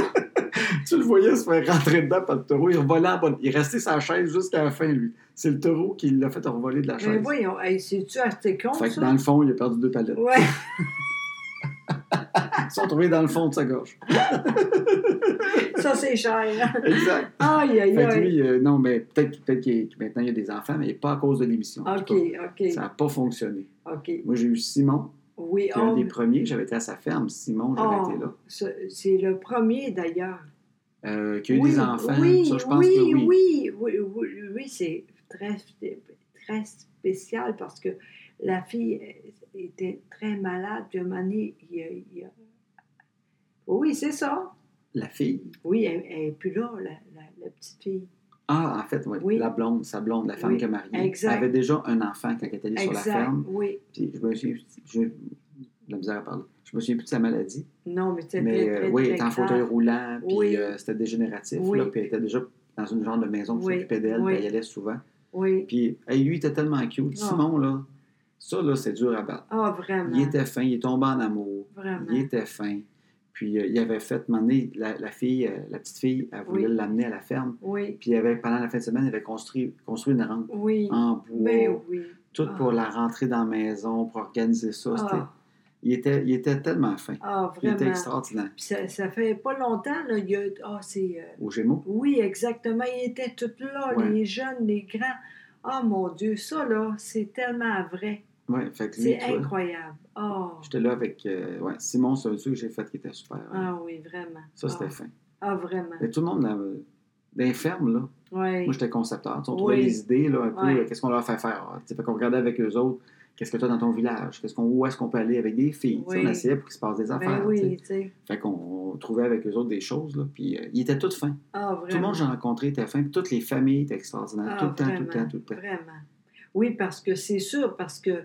C: Tu le voyais se faire rentrer dedans par le taureau. Il revolait en bonne. Il est resté sur la chaise jusqu'à la fin, lui. C'est le taureau qui l'a fait revoler de la
B: Ben
C: chaise.
B: voyons. Hey, c'est-tu assez con,
C: fait que
B: ça?
C: dans le fond, il a perdu deux palettes.
B: Ouais.
C: Ils sont trouvés dans le fond de sa gorge.
B: Ça, c'est cher.
C: Exact.
B: Aïe, aïe,
C: Fait que
B: aïe.
C: lui, euh, non, mais peut-être peut maintenant il y a des enfants, mais pas à cause de l'émission. en
B: OK,
C: tout cas.
B: OK,
C: Ça n'a pas fonctionné.
B: OK.
C: Moi, j'ai eu Simon,
B: Oui,
C: qui est un
B: on...
C: des premiers. J'avais été à sa ferme. Simon, j'avais
B: Oh.
C: été là.
B: ce- c'est le premier, d'ailleurs.
C: Euh, qui a eu des enfants.
B: Oui,
C: ça, je pense
B: oui,
C: que oui.
B: oui, oui, oui, oui, c'est très, très spécial parce que la fille était très malade. Puis à un moment donné, il y a- il y a- Oui, c'est ça.
C: La fille.
B: Oui, elle elle est plus là, la, la- la petite fille.
C: Ah, en fait, ouais,
B: Oui.
C: la blonde, sa blonde, la femme
B: Oui,
C: qui a marié.
B: exact.
C: Elle avait déjà un enfant quand elle était allée sur la
B: Exact,
C: ferme.
B: oui.
C: Puis je me souviens, je, de la misère à parler. Je me souviens plus de sa maladie.
B: Non, mais c'était
C: Mais
B: très,
C: euh,
B: très,
C: oui, elle
B: très
C: était en
B: grave.
C: fauteuil roulant, puis
B: Oui.
C: euh, c'était dégénératif.
B: Oui.
C: là, puis elle était déjà dans une genre de maison qui
B: Oui.
C: s'occupait d'elle,
B: Oui.
C: puis elle y allait souvent.
B: Oui.
C: Puis hey, lui, il était tellement cute. Simon, là, ça, là, c'est dur à battre.
B: Ah, vraiment.
C: Il était fin, il est tombé en amour,
B: Vraiment.
C: il était fin. Puis euh, il avait fait, mener la, la fille, euh, la petite fille, elle voulait
B: Oui.
C: l'amener à la ferme.
B: Oui,
C: Puis il avait, pendant la fin de semaine, il avait construit, construit une rampe
B: oui.
C: en bois,
B: Ben oui.
C: tout pour la rentrer dans la maison, pour organiser ça. c'était-
B: Ah,
C: Il, était, il était tellement fin.
B: ah,
C: Il était
B: vraiment.
C: extraordinaire.
B: Puis ça, ça fait pas longtemps, là, il y a... Ah, c'est... euh,
C: Au Gémeaux,
B: Oui, exactement. Ils étaient tous là,
C: Ouais.
B: les jeunes, les grands. Ah, mon Dieu, ça, là, c'est tellement vrai.
C: ouais, fait que lui,
B: C'est
C: tu vois,
B: incroyable. Oh,
C: j'étais là avec euh, ouais, Simon, c'est un de ceux que j'ai fait qui était super. hein.
B: ah oui, vraiment.
C: Ça, c'était
B: Ah.
C: fin.
B: Ah, vraiment.
C: Mais tout le monde, euh, dans les fermes, là,
B: Oui.
C: Moi, j'étais concepteur. Tu sais, On
B: Oui.
C: trouvait les idées, là, un peu,
B: Ouais.
C: euh, qu'est-ce qu'on leur fait faire. hein. Tu sais, Fait qu'on regardait avec eux autres, qu'est-ce que tu as dans ton village, qu'est-ce qu'on, où est-ce qu'on peut aller avec des filles. Tu sais,
B: Oui.
C: On essayait pour qu'il se passe des affaires.
B: Ben
C: tu sais.
B: oui, tu sais.
C: Fait qu'on on trouvait avec eux autres des choses. Là, puis euh, ils étaient tous fins.
B: Ah, vraiment.
C: Tout le monde que j'ai rencontré était fin. puis toutes les familles étaient extraordinaires.
B: Ah,
C: tout le temps, tout le
B: vraiment,
C: temps, tout le temps.
B: Vraiment. Oui, parce que c'est sûr, parce que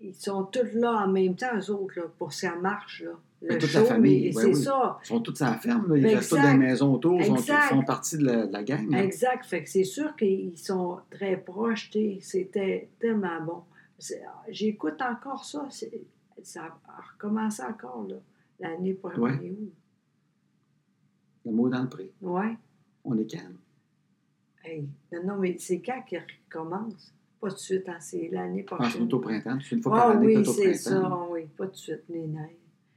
B: ils sont tous là en même temps, eux autres, là, pour sa marche, là. Le
C: Ben, toute
B: show,
C: la famille,
B: mais- et
C: ouais,
B: c'est
C: oui.
B: ça.
C: Ils sont tous à la ferme. là, Ils
B: Ben,
C: restent tous dans
B: exact.
C: la maison autour. Ils sont,
B: Exact.
C: font partie de la, de la gang. là.
B: Exact. Fait que c'est sûr qu'ils sont très proches, tu sais. C'était tellement bon. C'est- ah, J'écoute encore ça. c'est- Ça a recommencé encore, là, l'année prochaine.
C: Ouais. Le mot dans le pré.
B: Ouais.
C: On est calme.
B: Hey, Non, non, mais c'est quand qu'ils recommencent? Pas tout de suite, hein, c'est l'année
C: Ah, c'est
B: prochaine.
C: au printemps. C'est une fois par
B: Ah
C: année que
B: oui,
C: t'as au
B: c'est
C: printemps.
B: ça, oui. Pas tout de suite, les neiges.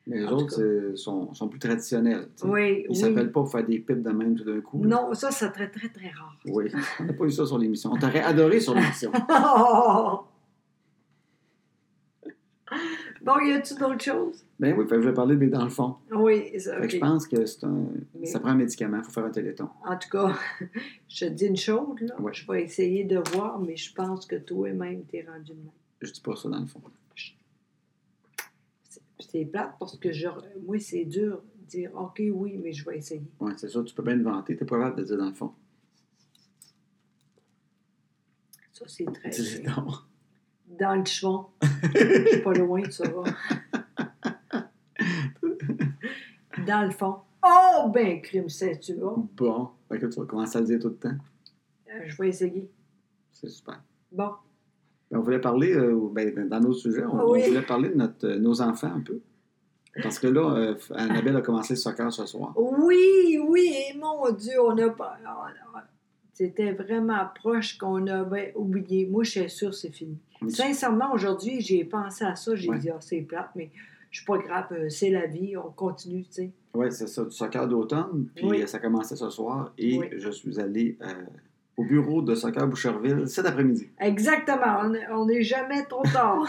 C: Mais les
B: En tout
C: autres
B: cas.
C: euh, sont, sont plus traditionnels. tu sais.
B: Oui,
C: Ils ne
B: oui.
C: s'appellent pas pour faire des pipes de même tout d'un coup. là.
B: Non, ça, c'est très, très, très rare.
C: Oui, on n'a pas eu ça sur l'émission. On t'aurait adoré sur l'émission.
B: bon, y a-tu d'autres choses?
C: ben oui, fait que je vais parler, mais dans le fond.
B: Oui, ça,
C: Fait que je
B: OK.
C: pense que c'est un...
B: Mais-
C: ça prend un médicament, il faut faire un téléthon.
B: En tout cas, je te dis une chose, là.
C: Ouais.
B: Je vais essayer de voir, mais je pense que toi-même, t'es rendu de même.
C: Je dis pas ça dans le fond.
B: C'est- C'est plate parce que je... moi, c'est dur de dire OK, oui, mais je vais essayer.
C: Oui, c'est ça, tu peux bien inventer, t'es pas capable de dire dans le fond.
B: Ça, c'est très.
C: Dis non.
B: Dans le chevon. je suis pas loin, tu vas. voir. Dans le fond. Oh, ben, crime, sais-tu, oh,
C: Bon, fait que tu vas commencer à le dire tout le temps.
B: euh, je vais essayer.
C: C'est super.
B: Bon.
C: Ben, on voulait parler, euh, ben, dans nos sujets, on,
B: Ah oui.
C: on voulait parler de notre, euh, nos enfants un peu. Parce que là, euh, Annabelle a commencé le soccer ce soir.
B: Oui, oui, et mon Dieu, on a pas. on- on- C'était vraiment proche qu'on avait oublié. Moi, je suis sûre que c'est fini. Sincèrement, aujourd'hui, j'ai pensé à ça. J'ai
C: Ouais.
B: dit, ah, c'est plate, mais je suis pas grave, euh, c'est la vie, on continue, tu sais.
C: Oui, c'est ça, du soccer d'automne. Puis
B: Oui.
C: euh, ça commençait ce soir et
B: Oui.
C: je suis allé euh, au bureau de soccer Boucherville cet après-midi.
B: Exactement, on- on n'est jamais trop tard.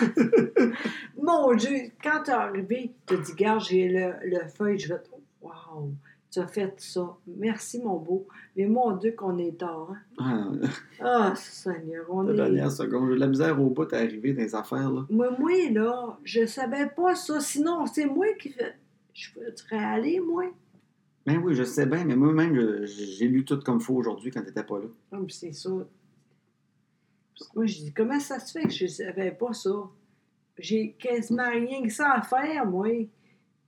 B: Mon Dieu, quand t'es arrivé, t'as dit, garde, j'ai le, le feuille, je vais te. Waouh, tu as fait ça. Merci, mon beau. Mais mon Dieu, qu'on est tard. hein.
C: Ah,
B: Ah, Seigneur, on
C: la
B: est.
C: dernière seconde, j'ai de la misère au bout à arriver dans les affaires. Là.
B: Moi, moi, là, je savais pas ça. Sinon, c'est moi qui fais. Je serais allée, moi.
C: Ben oui, je sais bien, mais moi-même, je- j'ai lu tout comme faux aujourd'hui quand tu n'étais pas là.
B: Ah, mais c'est ça. Parce que Moi, je dis, comment ça se fait que je savais pas ça? J'ai quasiment rien que ça à faire, moi.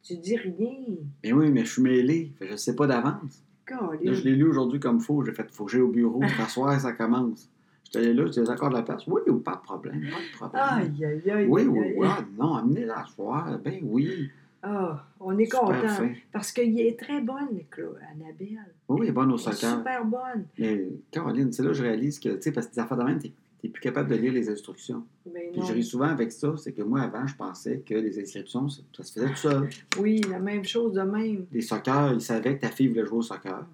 B: Tu dis rien.
C: Mais Ben oui, mais je suis mêlé, fait que je ne sais pas d'avance. Là, je
B: Colin.
C: l'ai lu aujourd'hui comme faux, j'ai fait faut que j'aille au bureau, ce soir, ça commence. J'étais allé là, tu es encore de la place. Oui, ou pas de problème, pas de problème.
B: Aïe, aïe, aïe.
C: oui,
B: aïe,
C: oui,
B: aïe.
C: oui, ah, non, amenez-la ce soir, ben oui.
B: Ah, on est
C: Super
B: content.
C: fin.
B: Parce qu'elle est très bonne, Cla- Annabelle.
C: Oui, oui, bonne au
B: Elle est
C: soccer.
B: super bonne.
C: Mais Caroline, c'est là que je réalise que, tu sais, parce que des affaires de même, t'es t'es plus capable de lire les instructions.
B: Mais
C: Puis
B: non.
C: je ris souvent avec ça, c'est que moi, avant, je pensais que les inscriptions, ça, ça se faisait tout seul.
B: Oui, la même chose de même.
C: Les soccer, ils savaient que ta fille voulait jouer au soccer.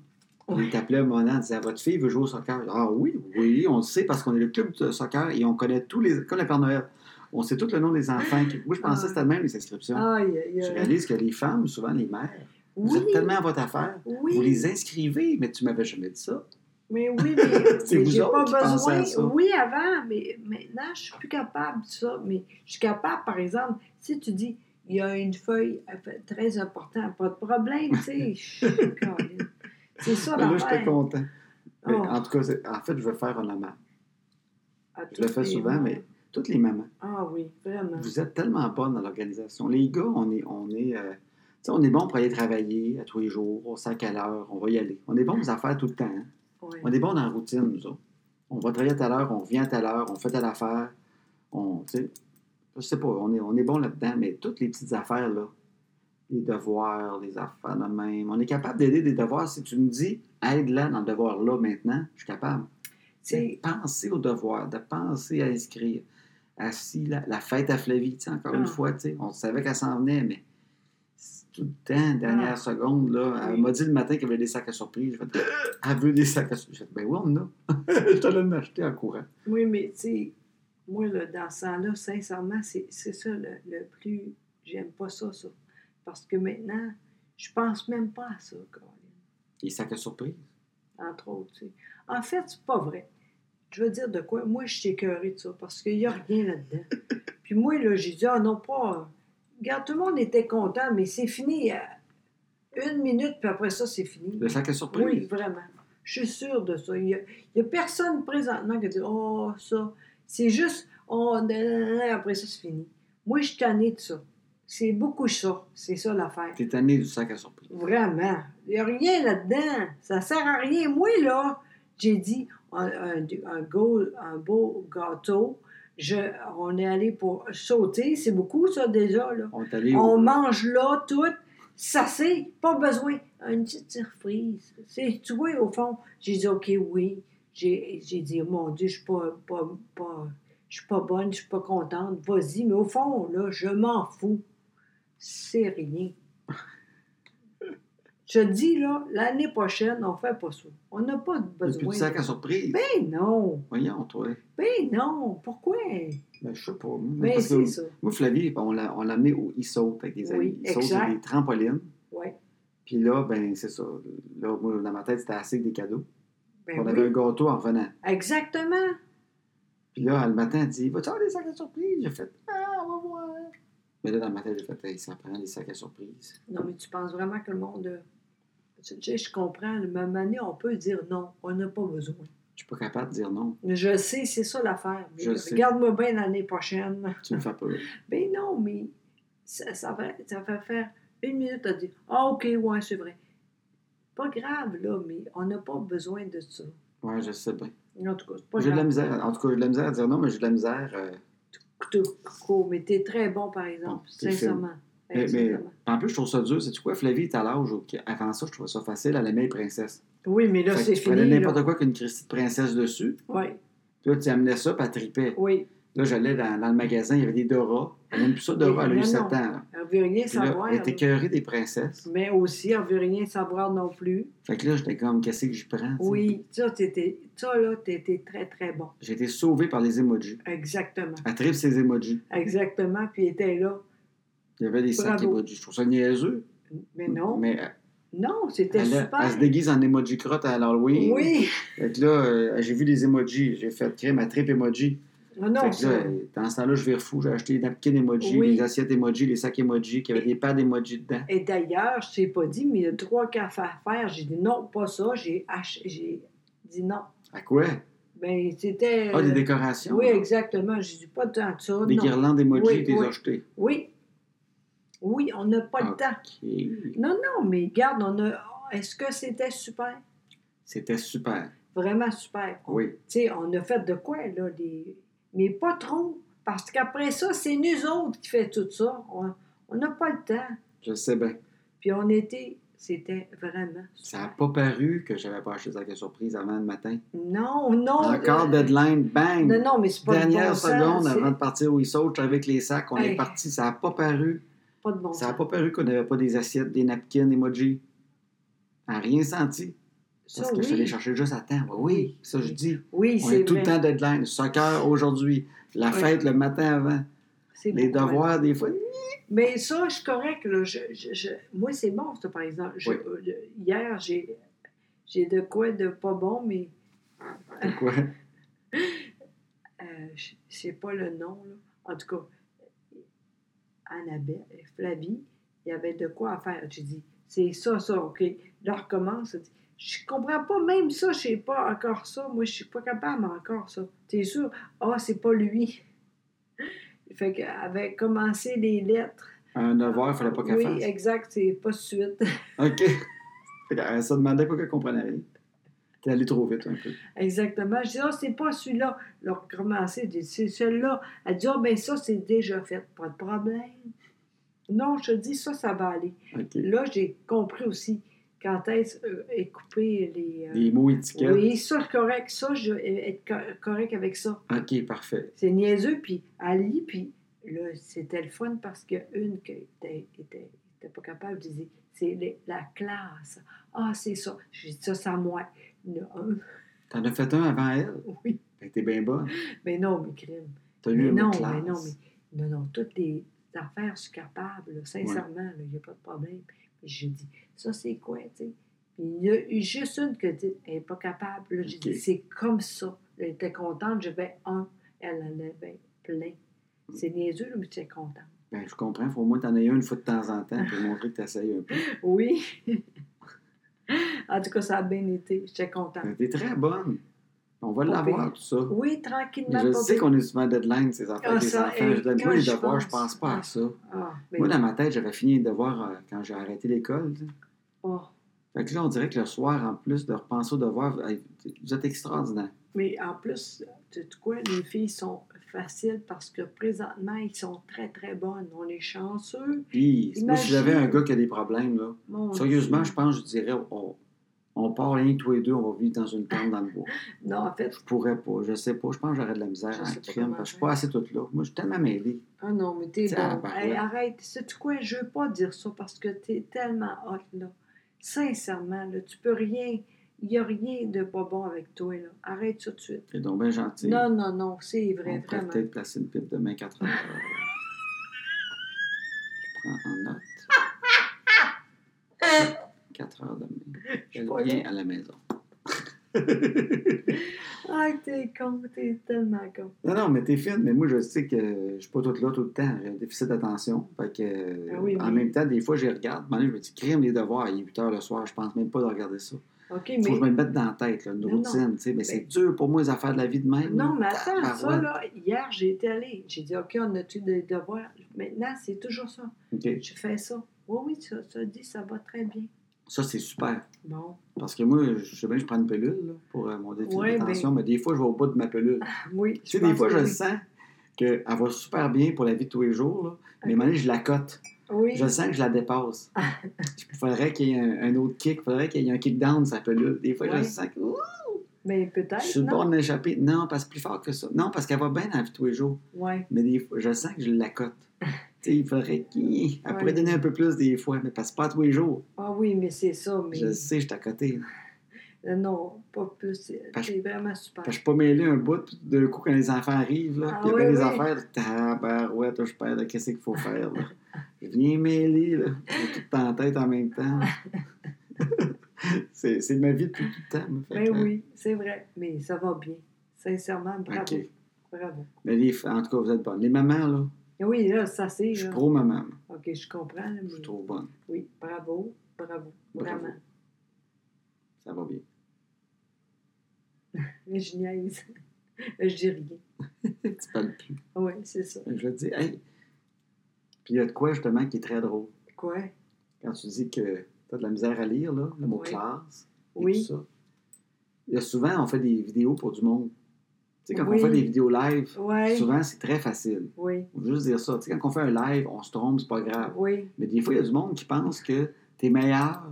B: Oui.
C: Ils t'appelaient un moment en disant Votre fille veut jouer au soccer. Ah oui, oui, on le sait parce qu'on est le club de soccer et on connaît tous les. Comme le Père Noël, on sait tout le nom des enfants.
B: Ah.
C: qui- Moi, je pensais que c'était le même les inscriptions.
B: Aïe, aïe,
C: Je
B: aïe.
C: réalise que les femmes, souvent les mères, vous
B: Oui,
C: êtes tellement à votre affaire, vous
B: oui.
C: les inscrivez, mais tu m'avais jamais dit ça.
B: Mais oui, mais,
C: C'est
B: mais
C: vous
B: j'ai
C: autres
B: pas
C: qui pensez à
B: besoin.
C: ça.
B: Oui, avant, mais maintenant, je suis plus capable de ça. Mais je suis capable, par exemple, si tu dis il y a une feuille elle fait très importante, pas de problème, tu sais. Je- Colin. C'est ça
C: Mais là, j'étais
B: l'affaire.
C: content. Mais
B: Oh.
C: En tout cas, c'est- en fait, je veux faire un hommage.
B: Ah, À
C: Je le
B: toutes
C: fais
B: les
C: souvent,
B: mains.
C: mais toutes les mamans,
B: Ah oui, vraiment.
C: vous êtes tellement bonnes dans l'organisation. Les gars, on est, on est, euh, tu sais, on est bon pour aller travailler à tous les jours, on sait à quelle heure, on va y aller. On est bons aux affaires tout le temps. hein.
B: Ouais.
C: On est bons dans la routine, nous autres. On va travailler à telle heure, on revient à telle heure, on fait telle affaire. On, tu sais, je sais pas, on est, on est bon là-dedans, mais toutes les petites affaires, là, les devoirs, les affaires de même, on est capable d'aider des devoirs. Si tu me dis, aide-la dans le devoir là maintenant, je suis capable. C'est
B: C'est-
C: penser au devoir, de penser à inscrire. À si la, la fête à Flavie, tu sais, encore
B: Ah.
C: une fois, tu sais, on savait qu'elle s'en venait, mais c'est tout le temps, dernière
B: Ah.
C: seconde, là, elle
B: Oui.
C: m'a dit le matin qu'elle avait des sacs à surprise. Je fais, elle veut des sacs à surprise. Je fais, ben oui, on en a. Je t'allais en acheter en courant.
B: Oui, mais tu sais, moi, là, dans ce temps-là, sincèrement, c'est c'est ça le, le plus. J'aime pas ça, ça. Parce que maintenant, je pense même pas à ça, Colin.
C: Les sacs à surprise.
B: entre autres. tu sais. En fait, c'est pas vrai. Je veux dire de quoi? Moi, je suis écœurée de ça parce qu'il n'y a rien là-dedans. Puis moi, là, j'ai dit, ah non, pas. Regarde, tout le monde était content, mais c'est fini. à Une minute, puis après ça, c'est fini.
C: Le sac à
B: Oui,
C: surprise.
B: vraiment. Je suis sûre de ça. Il n'y a, il y a personne présentement qui dit Oh, ça. C'est juste, on, après ça, c'est fini. Moi, je suis tannée de ça. C'est beaucoup ça. C'est ça l'affaire.
C: T'es tanné du sac à surprise.
B: Vraiment. Il n'y a rien là-dedans. Ça sert à rien. Moi, là, j'ai dit un, un- un go- un beau gâteau. Je, on est allé pour sauter. C'est beaucoup, ça, déjà. Là.
C: On est allé au-
B: On mange là, tout. Ça, c'est pas besoin. Une petite surprise. C'est, tu vois, au fond, j'ai dit, OK, oui. J'ai, j'ai dit, mon Dieu, je suis pas, pas, pas- je suis pas bonne, je suis pas contente. Vas-y. Mais au fond, là, je m'en fous. C'est rien. Je dis, là, l'année prochaine, on fait pas ça. On n'a pas
C: Il n'y a
B: besoin.
C: plus de sac à surprise.
B: Ben non.
C: Voyons, toi.
B: Ben non. Pourquoi?
C: Ben, je sais pas.
B: Ben,
C: Parce que
B: c'est ça.
C: Moi, Flavie, ben, on l'a on l'a amené au e-saut avec des
B: Oui,
C: amis. e saute
B: exact.
C: des trampolines.
B: Ouais.
C: Puis là, ben, c'est ça. Là, moi, dans ma tête, c'était assez que des cadeaux.
B: Ben
C: on
B: oui.
C: avait un gâteau en revenant.
B: Exactement.
C: Puis là, le matin, elle dit Vas-tu avoir des sacs à surprise J'ai fait Ah, on va voir. Mais là, dans ma tête, j'ai fait Hey, Ça prend des sacs à surprise.
B: Non, mais tu penses vraiment que le monde. euh, Tu sais, je comprends, le même année, on peut dire non, on n'a pas besoin.
C: Je suis pas capable de dire non.
B: Mais Je sais, c'est ça l'affaire. mais
C: Je sais.
B: Regarde-moi bien l'année prochaine.
C: Tu me fais peur.
B: Ben non, mais ça, ça, va, ça va faire une minute à dire Ah, OK, ouais, c'est vrai. Pas grave, là, mais on n'a pas besoin de ça.
C: Ouais, je sais bien.
B: En tout cas, c'est pas
C: J'ai de la
B: grave.
C: misère. En tout cas, j'ai de la misère à dire non, mais j'ai de la misère. euh,
B: Coco, mais t'es très bon, par exemple,
C: Bon, c'est
B: sincèrement.
C: Ah, Mais, mais-
B: Sincèrement.
C: en plus, je trouve ça dur. C'est tu quoi, Flavie est à l'âge où, avant ça, je trouvais ça facile, elle aimait les princesses.
B: Oui, mais là,
C: Fait que
B: c'est
C: tu prenais
B: fini. là.
C: n'importe quoi qu'une Christie de princesse dessus.
B: Oui,
C: Puis là, tu amenais ça, puis elle tripait.
B: oui.
C: Là, j'allais dans, dans le magasin, il y avait des Dora. Elle aime plus ça, Dora, elle a
B: Non,
C: eu 7
B: non.
C: ans. là.
B: Elle veut rien
C: Puis là,
B: savoir.
C: elle était écœurée des princesses.
B: Mais aussi, elle veut rien savoir non plus.
C: Fait que là, j'étais comme, qu'est-ce que j'y prends? tu sais?
B: Oui, ça, t'étais, ça là, t'étais très, très bon.
C: J'ai été sauvé par les emojis.
B: Exactement.
C: Elle tripe ses emojis.
B: Exactement, puis était là.
C: Il y avait des sacs
B: Bravo.
C: emojis. Je trouve ça niaiseux.
B: Mais non,
C: Mais elle,
B: non, c'était
C: elle-
B: super.
C: elle se déguise en emoji crotte à Halloween.
B: oui,
C: Fait que là, euh, j'ai vu des emojis. J'ai fait crème à trip emoji.
B: non, non,
C: Fait que là,
B: ça-
C: euh, dans ce temps-là, je vire fou. J'ai acheté des napkins emojis,
B: Oui.
C: des assiettes emojis, des sacs emojis, qui avaient des pads emojis dedans.
B: Et d'ailleurs, je t'ai pas dit, mais il y a trois cafés à faire. J'ai dit non, pas ça. J'ai ach- j'ai dit non.
C: À quoi?
B: Ben, c'était.
C: Ah, des
B: euh,
C: décorations.
B: Oui, exactement. J'ai dit pas de temps de ça.
C: Des
B: non.
C: guirlandes emojis,
B: Oui,
C: des
B: oui.
C: achetés.
B: Oui. Oui, on n'a pas le
C: Ah.
B: temps. Non, non, mais regarde, on a. Est-ce que c'était super?
C: C'était super.
B: Vraiment super. On-
C: Oui.
B: Tu sais, on a fait de quoi, là? Des... Mais pas trop. Parce qu'après ça, c'est nous autres qui fait tout ça. On- On n'a pas le temps.
C: Je sais bien.
B: Puis on était. C'était vraiment.
C: Ça n'a pas paru que j'avais pas acheté des sacs à surprise avant le matin.
B: Non, non.
C: Encore
B: euh,
C: deadline, bang!
B: Non, non, mais c'est pas de
C: Dernière
B: bon sens,
C: seconde
B: c'est
C: avant de partir au Isauge avec les sacs, on
B: Hey.
C: est parti. Ça n'a pas paru.
B: Pas de bon
C: Ça n'a
B: sens.
C: pas paru qu'on n'avait pas des assiettes, des napkins, emojis. On n'a rien senti.
B: Ça,
C: Parce que je suis allé
B: oui,
C: chercher juste à temps. Ben oui, ça je dis.
B: oui
C: On
B: c'est
C: est tout le
B: vrai.
C: temps deadline. Soccer aujourd'hui. La
B: Oui.
C: fête le matin avant.
B: C'est
C: Les
B: beaucoup, ouais.
C: devoirs, des fois.
B: Mais ça, je suis correct. Là. Je, je- je- Moi, c'est bon, ça, par exemple. Je-
C: Oui.
B: euh, Hier, j'ai j'ai de quoi de pas bon, mais
C: De quoi?
B: euh, je je sais pas le nom. Là. En tout cas, Annabelle, euh, Flavie, il y avait de quoi à faire. J'ai dit, c'est ça, ça, OK. Là, on recommence. Elle dit, Je comprends pas, même ça, je sais pas encore ça. Moi, je suis pas capable encore ça. T'es sûr? Ah, c'est pas lui. Fait qu'elle avait commencé les lettres.
C: Un devoir, il ne fallait pas qu'elle
B: Oui,
C: fasse.
B: exact, c'est pas suite.
C: OK. Fait que, euh, Ça demandait pas qu'elle comprenait rien. T'es allé trop vite un peu.
B: Exactement. Je dis, ah, c'est pas celui-là. Elle a recommencé. Je dis, c'est celui-là. Elle dit, ah, ben ça, c'est déjà fait. Pas de problème. Non, je te dis, ça, ça va aller.
C: OK.
B: Là, j'ai compris aussi quand est-ce euh, est coupé les. euh,
C: Des mots étiquettes.
B: oui, ça, c'est correct. Ça, je vais être co- correct avec ça.
C: OK, parfait.
B: C'est niaiseux, puis elle lit, puis là, c'était le fun parce qu'il y a une qui était, était, était pas capable. Je disais, c'est les- la classe. Ah, c'est ça. Je dis, ça, c'est à moi. Il y en a un.
C: T'en as fait un avant elle.
B: Oui.
C: Fait que t'es bien bonne.
B: Mais non, mais crime.
C: T'as
B: Mais
C: lu un
B: non,
C: mot classe.
B: mais non, mais non, non, toutes les affaires, je suis capable, là, sincèrement, il n'y a pas de problème. Puis j'ai dit, ça c'est quoi, tu sais? Puis il y a eu juste une que dit, elle n'est pas capable. là. J'ai
C: Ok.
B: dit, c'est comme ça. Elle était contente, j'avais un, elle en avait plein.
C: Mm.
B: C'est niaiseux, là, mais tu es content.
C: Ben, je comprends. Faut au moins t'en aies un une fois de temps en temps pour montrer que t'essayes un peu.
B: Oui. en tout cas, ça a bien été. J'étais contente.
C: Ben, T'es très bonne. On va
B: Pas
C: l'avoir, tout ça.
B: Oui,
C: Mais
B: tranquillement.
C: je
B: pas
C: sais
B: pire.
C: qu'on est souvent deadline, ces affaires
B: Ah,
C: avec les
B: ça,
C: enfants. Je
B: hey,
C: donne
B: quand
C: moi les
B: je
C: devoirs, je
B: pense-
C: pense pas à ça.
B: Ah, mais
C: Moi, dans ma tête, j'avais fini les devoirs euh, quand j'ai arrêté l'école. là.
B: oh.
C: Fait que là, on dirait que le soir, en plus de repenser aux devoirs, hey, vous êtes extraordinaire.
B: Mais en plus, tu sais quoi, les filles sont faciles parce que présentement, ils sont très, très bonnes. On est chanceux.
C: Puis, moi, si
B: Imagine.
C: j'avais un gars qui a des problèmes, là,
B: Mon
C: sérieusement,
B: Dieu.
C: je pense, je dirais, on, on part rien que tous les deux, on va vivre dans une tente dans le bois.
B: Non, en fait,
C: Je pourrais pas, je sais pas, je pense que j'aurais de la misère
B: Je sais pas
C: en crime,
B: comment
C: parce que je suis
B: faire.
C: pas assez toute là. Moi, je suis tellement mêlée.
B: ah non, mais t'es
C: Tiens,
B: bon.
C: par
B: Hey,
C: là.
B: arrête, sais-tu quoi, je veux pas dire ça parce que t'es tellement hot, là. Sincèrement, là, tu peux rien, il y a rien de pas bon avec toi, là. Arrête ça tout de suite.
C: T'es donc bien gentil.
B: Non, non, non, c'est
C: on
B: vrai,
C: pourrait
B: vraiment.
C: peut-être placer une pipe demain 4 heures. je prends en note. 4 heures demain.
B: Je
C: Je
B: crois
C: viens à la maison.
B: Ah, t'es con, t'es tellement con.
C: Non, non, mais t'es fine, mais moi je sais que je suis pas toute là tout le temps. J'ai un déficit d'attention. Fait que euh,
B: Ah oui,
C: en
B: mais-
C: même temps, des fois, j'y regarde. À un moment donné, je me dis crime les devoirs, il est 8 heures le soir, je pense même pas de regarder ça.
B: OK,
C: Faut que je
B: mais...
C: me le mette dans la tête, là, une
B: Non, Ben
C: routine, tu sais. Mais c'est dur pour moi les affaires de la vie de même.
B: Non,
C: là.
B: mais attends, ça,
C: Tabarouette.
B: là, hier, j'ai été allée. J'ai dit, OK, on a-tu des devoirs? Maintenant, c'est toujours ça.
C: OK.
B: Je fais ça. Oui, oui, ça, ça dit, ça va très bien.
C: Ça, c'est super.
B: Bon.
C: Parce que moi, je sais bien que je prends une pilule là, pour euh, mon défi
B: Ouais, ben Ah,
C: de détention, mais des fois, je vais au bout de ma pilule.
B: Oui.
C: Tu sais, des fois, je
B: le
C: sens qu'elle va super bien pour la vie de tous les jours, là, mais à un moment donné, je la cote.
B: Oui.
C: Je sens que je la dépasse.
B: Ah.
C: Il faudrait qu'il y ait un, un autre kick, il faudrait qu'il y ait un kick down sa pelure. Des fois,
B: Ouais.
C: je sens que ouh,
B: Mais
C: je suis
B: peut-être,
C: le
B: non?
C: bord de m'échapper. Non, parce que plus fort que ça. Non, parce qu'elle va bien dans la vie de tous les jours.
B: Ouais.
C: Mais des fois, je sens que je la cote. Tu sais, il faudrait qu'elle
B: Ouais.
C: pourrait donner un peu plus des fois, mais parce que pas tous les jours.
B: Ah oui, mais c'est ça. Mais
C: Je le sais, je suis à côté.
B: Euh, non, pas plus. C'est
C: Parce-
B: c'est vraiment super.
C: Parce que je suis pas mêlé un bout, puis d'un coup, quand les enfants arrivent, là,
B: Ah
C: puis il y a
B: oui,
C: bien des
B: oui.
C: affaires, tabarouette, je perds, là, qu'est-ce qu'il faut faire, là? Je viens mêler, là, j'ai tout en tête en même temps. c'est c'est ma vie depuis tout le temps. moi. Fait
B: Ben
C: que,
B: oui, c'est vrai. Mais ça va bien. Sincèrement, bravo.
C: euh, OK.
B: Bravo.
C: Mais les- en tout cas, vous êtes bonnes. Les mamans, là,
B: Et Oui, là, ça c'est.
C: je suis
B: là.
C: pro-maman. moi.
B: OK, je comprends. là,
C: Je suis
B: mais-
C: trop bonne.
B: Oui, bravo, bravo,
C: Bravo.
B: vraiment.
C: Ça va bien.
B: Mais je niaise. je dis rien.
C: Tu parles plus.
B: Oui, c'est ça.
C: Fait que Je te dis, hey! Puis il y a de quoi, justement, qui est très drôle.
B: Quoi?
C: Quand tu dis que t'as de la misère à lire, là, le mot
B: Oui.
C: classe. et
B: Oui,
C: tout ça. Il y a souvent, on fait des vidéos pour du monde. Tu sais, quand
B: Oui.
C: on fait des vidéos live,
B: ouais,
C: souvent, c'est très facile.
B: oui,
C: Faut juste dire ça. Tu sais, quand on fait un live, on se trompe, c'est pas grave.
B: oui.
C: Mais des fois, il y a du monde qui pense que t'es meilleur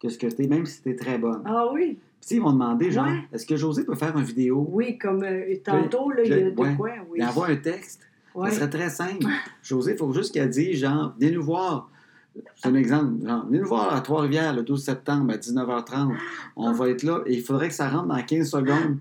C: que ce que t'es, même si t'es très bonne. Puis,
B: Ah oui,
C: tu sais, ils vont demander, genre,
B: Ouais.
C: est-ce que José peut faire une vidéo
B: oui, comme euh, tantôt, là, il y a
C: le-
B: de
C: ouais,
B: quoi, oui.
C: et avoir un texte?
B: Ouais.
C: Ça serait très simple. José, il faut juste qu'elle dise, genre, venez nous voir. C'est un exemple. Genre, venez nous voir à Trois-Rivières le 12 septembre à 19h30. On va être là et il faudrait que ça rentre dans 15 secondes.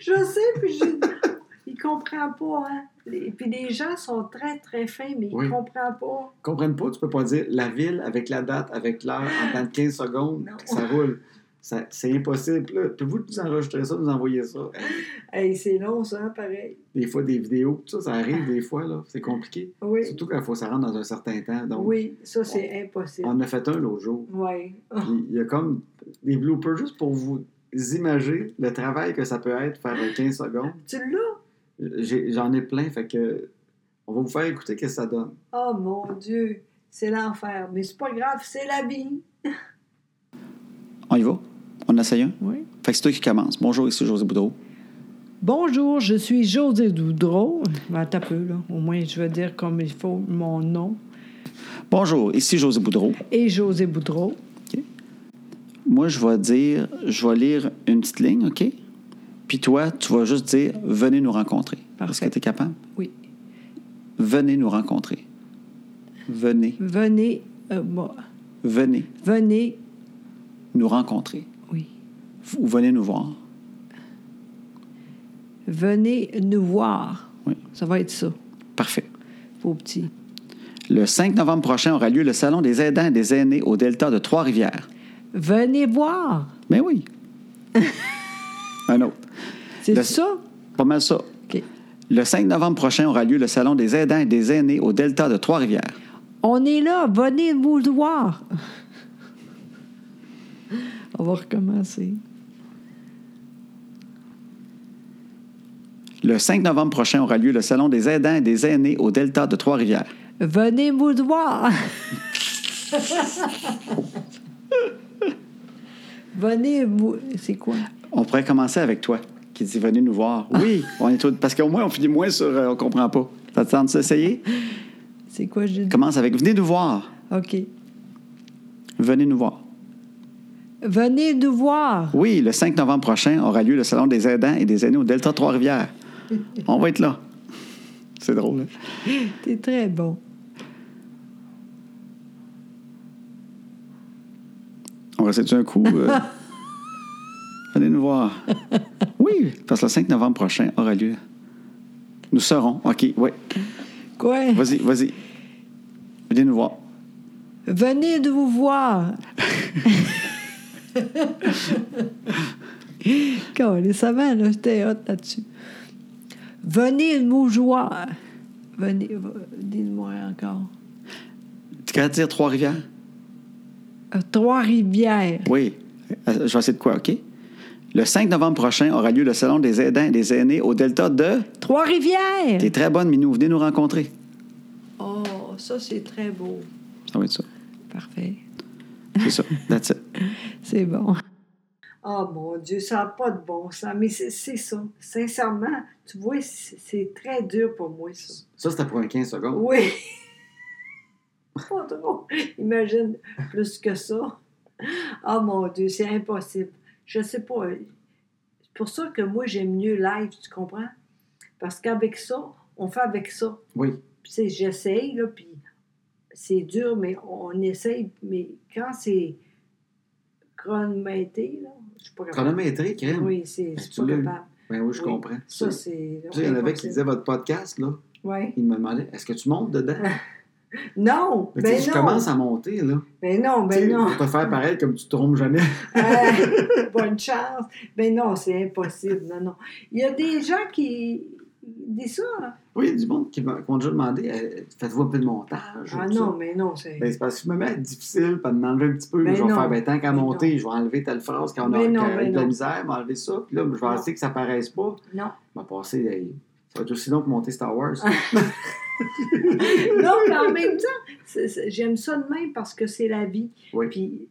B: Je sais, puis je... il comprend pas, hein. Les- Puis les gens sont très, très fins, mais
C: Oui.
B: ils comprennent pas.
C: comprennent pas, tu peux pas dire la ville avec la date, avec l'heure, en temps de 15 secondes,
B: Non.
C: puis ça roule. Ça- C'est impossible. Puis Là, puis vous nous enregistrez ça, nous envoyez ça.
B: Hey, c'est long, ça, hein, pareil.
C: Des fois, des vidéos, tout ça, ça arrive des fois, là. C'est compliqué.
B: Oui,
C: Surtout qu'il faut que ça rentre dans un certain temps. Donc,
B: oui, ça, c'est impossible. Ah,
C: on a fait un l'autre jour.
B: Oui,
C: Puis il y a comme des bloopers juste pour vous imaginer le travail que ça peut être faire un 15 secondes.
B: tu l'as?
C: J'ai- J'en ai, plein, fait que on va vous faire écouter ce que ça donne.
B: Oh mon Dieu, c'est l'enfer. Mais c'est pas grave, c'est la vie.
D: On y va? On essaye un?
E: Oui.
D: Fait que c'est toi qui commence. Bonjour, ici José Boudreau.
E: Bonjour, je suis José Doudreau. Attends un peu, là. Au moins, je veux dire comme il faut mon nom.
D: Bonjour, ici José Boudreau.
E: Et José Boudreau.
D: Moi, je vais dire, je vais lire une petite ligne, OK? Puis toi, tu vas juste dire, venez nous rencontrer. Est-ce
E: Parfait.
D: que tu es capable?
E: Oui.
D: Venez nous rencontrer. Venez,
E: Venez, euh, bon,
D: venez
E: venez,
D: nous rencontrer.
E: oui.
D: Ou venez nous voir.
E: Venez nous voir.
D: Oui.
E: Ça va être ça,
D: Parfait.
E: pour petit.
D: Le 5 novembre prochain aura lieu le Salon des aidants et des aînés au Delta de Trois-Rivières.
E: Venez voir.
D: Mais oui. Un autre.
E: C'est
D: Le-
E: ça?
D: Pas mal ça.
E: OK.
D: Le 5 novembre prochain aura lieu le Salon des aidants et des aînés au Delta de Trois-Rivières.
E: On est là, venez vous voir. On va recommencer.
D: Le 5 novembre prochain aura lieu le Salon des aidants et des aînés au Delta de Trois-Rivières.
E: Venez vous voir. venez vous. C'est quoi?
D: On pourrait commencer avec toi, qui dit venez nous voir. Oui, on est tous- parce qu'au moins on finit moins sur euh, on comprend pas. Ça te tente d'essayer?
E: C'est quoi, je dis?
D: Commence avec venez nous voir.
E: OK.
D: Venez nous voir.
E: Venez nous voir.
D: Oui, le 5 novembre prochain aura lieu le Salon des aidants et des aînés au Delta de Trois-Rivières. On va être là. C'est drôle. hein?
E: T'es très bon.
D: On reste un coup. euh? Venez nous voir. Oui, parce que le 5 novembre prochain aura lieu. Nous serons. OK, oui.
E: Quoi?
D: Vas-y, vas-y. Venez nous voir.
E: Venez de vous voir. Quand les savants, là, j'étais hot là-dessus. Venez de vous voir. Venez, dites-moi encore.
D: Tu qu'à dire Trois-Rivières?
E: Euh, Trois-Rivières.
D: Oui. Euh, Je vais essayer de quoi, OK? Le 5 novembre prochain aura lieu le Salon des aidants et des aînés au Delta de...
E: Trois-Rivières!
D: T'es très bonne, Minou. Venez nous rencontrer.
E: Oh, ça, c'est très beau.
D: Ça va être ça.
E: Parfait.
D: C'est ça. That's it.
E: C'est bon.
B: Ah, mon Dieu, ça n'a pas de bon sens. Mais c'est c'est ça. Sincèrement, tu vois, c'est c'est très dur pour moi, ça.
C: Ça, c'était pour un 15 secondes.
B: Oui. Oh, Pas drôle. Imagine plus que ça. Ah mon Dieu, c'est impossible. Je sais pas. C'est pour ça que moi, j'aime mieux live, tu comprends? Parce qu'avec ça, on fait avec ça.
C: Oui.
B: Puis, c'est- J'essaye, là, puis c'est dur, mais on essaye. Mais quand c'est chronométré, là, je suis pas capable.
C: Chronométré, crème.
B: Oui, c'est je suis
C: Tu
B: pas
C: l'as eu.
B: capable.
C: Ben oui, je
B: Oui.
C: comprends.
B: Ça,
C: Tu
B: c'est.
C: sais, il y en avait qui disaient votre podcast, là.
B: Oui.
C: Ils me demandaient est-ce que tu montes dedans
B: Non!
C: Mais tu
B: ben
C: sais, Je
B: non!
C: commence à monter, là.
B: Ben non,
C: Tu
B: ben
C: sais,
B: non!
C: Pour te faire pareil comme tu te trompes jamais.
B: Euh, bonne chance. Mais non, c'est impossible. Non, non. Il y a des gens qui disent ça. hein.
C: Oui, il y a du monde qui m'a qui m'ont déjà demandé euh, faites-vous un peu de montage.
B: Ah
C: ou tout
B: non,
C: ça.
B: mais non, c'est.
C: Ben, c'est parce que je me mets à être difficile, pas de m'enlever un petit peu.
B: Ben
C: je vais
B: non.
C: faire, ben, tant qu'à
B: Ben
C: monter, je vais enlever telle phrase quand on a
B: Ben non,
C: quand il y a
B: ben
C: de la
B: non.
C: misère, m'enlever ça. Puis là, je vais
B: Non.
C: essayer que ça paraisse pas.
B: Non.
C: Je vais passer. euh, ça va être aussi long que monter Star Wars.
B: Ah. Non, mais en même temps, c'est- c'est- j'aime ça de même parce que c'est la vie.
C: Oui.
B: Puis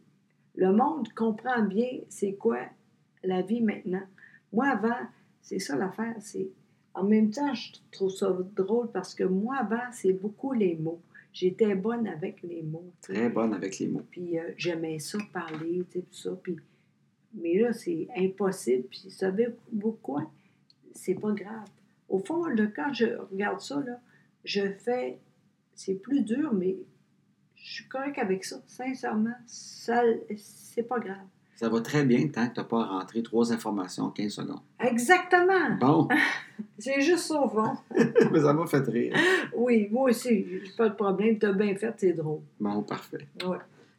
B: le monde comprend bien c'est quoi la vie maintenant. Moi, avant, c'est ça l'affaire. C'est En même temps, je trouve ça drôle parce que moi, avant, c'est beaucoup les mots. J'étais bonne avec les mots. tu sais.
C: Très bonne avec les mots.
B: Puis euh, j'aimais ça, parler, tu sais, tout ça. Puis... Mais là, c'est impossible. Puis, vous savez pourquoi? C'est pas grave. Au fond, là, quand je regarde ça, là, je fais. C'est plus dur, mais je suis correct avec ça. Sincèrement, ça, c'est pas grave.
C: Ça va très bien tant que tu n'as pas à rentrer trois informations en 15 secondes.
B: Exactement!
C: Bon,
B: C'est juste ça, au fond.
C: mais ça m'a fait rire.
B: Oui, moi aussi, j'ai pas de problème. T'as bien fait, c'est drôle.
C: Bon, parfait.
B: Ouais.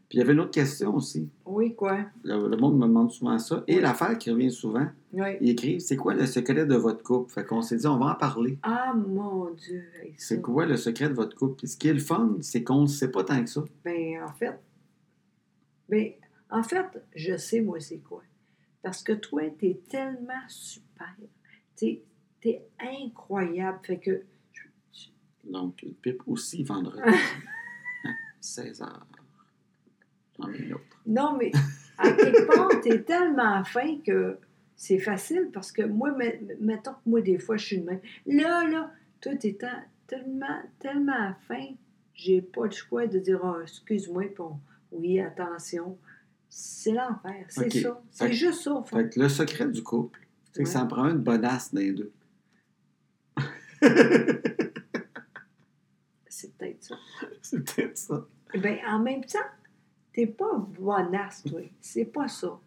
C: Puis il y avait une autre question aussi.
B: Oui, quoi?
C: Le, le monde me demande souvent ça. Et l'affaire qui revient souvent,
B: Oui.
C: ils écrivent c'est quoi le secret de votre couple Fait qu'on s'est dit, on va en parler.
B: Ah, mon Dieu! hey, ça.
C: C'est quoi le secret de votre couple Puis ce qui est le fun, c'est qu'on ne sait pas tant que ça.
B: Ben, en fait, ben, en fait, je sais, moi, c'est quoi. Parce que toi, t'es tellement super. T'es, t'es incroyable. Fait que,
C: Donc, le pipe aussi vendredi. 16h. J'en ai une autre.
B: non, mais à quelque part, t'es tellement fin que c'est facile parce que moi, me- mettons que moi, des fois, je suis de même. Là, là, toi, t'es tant- tellement, tellement fin, j'ai pas le choix de dire, Ah, excuse-moi, puis on- oui, attention. C'est l'enfer, c'est
C: Ok.
B: ça. C'est
C: Fait-
B: juste ça, au fond.
C: Fait que le secret du couple, c'est que
B: Ouais.
C: ça en prend une bonasse d'un deux.
B: C'est peut-être ça.
C: c'est peut-être ça.
B: Ben, en même temps, t'es pas bonasse, toi. C'est pas ça.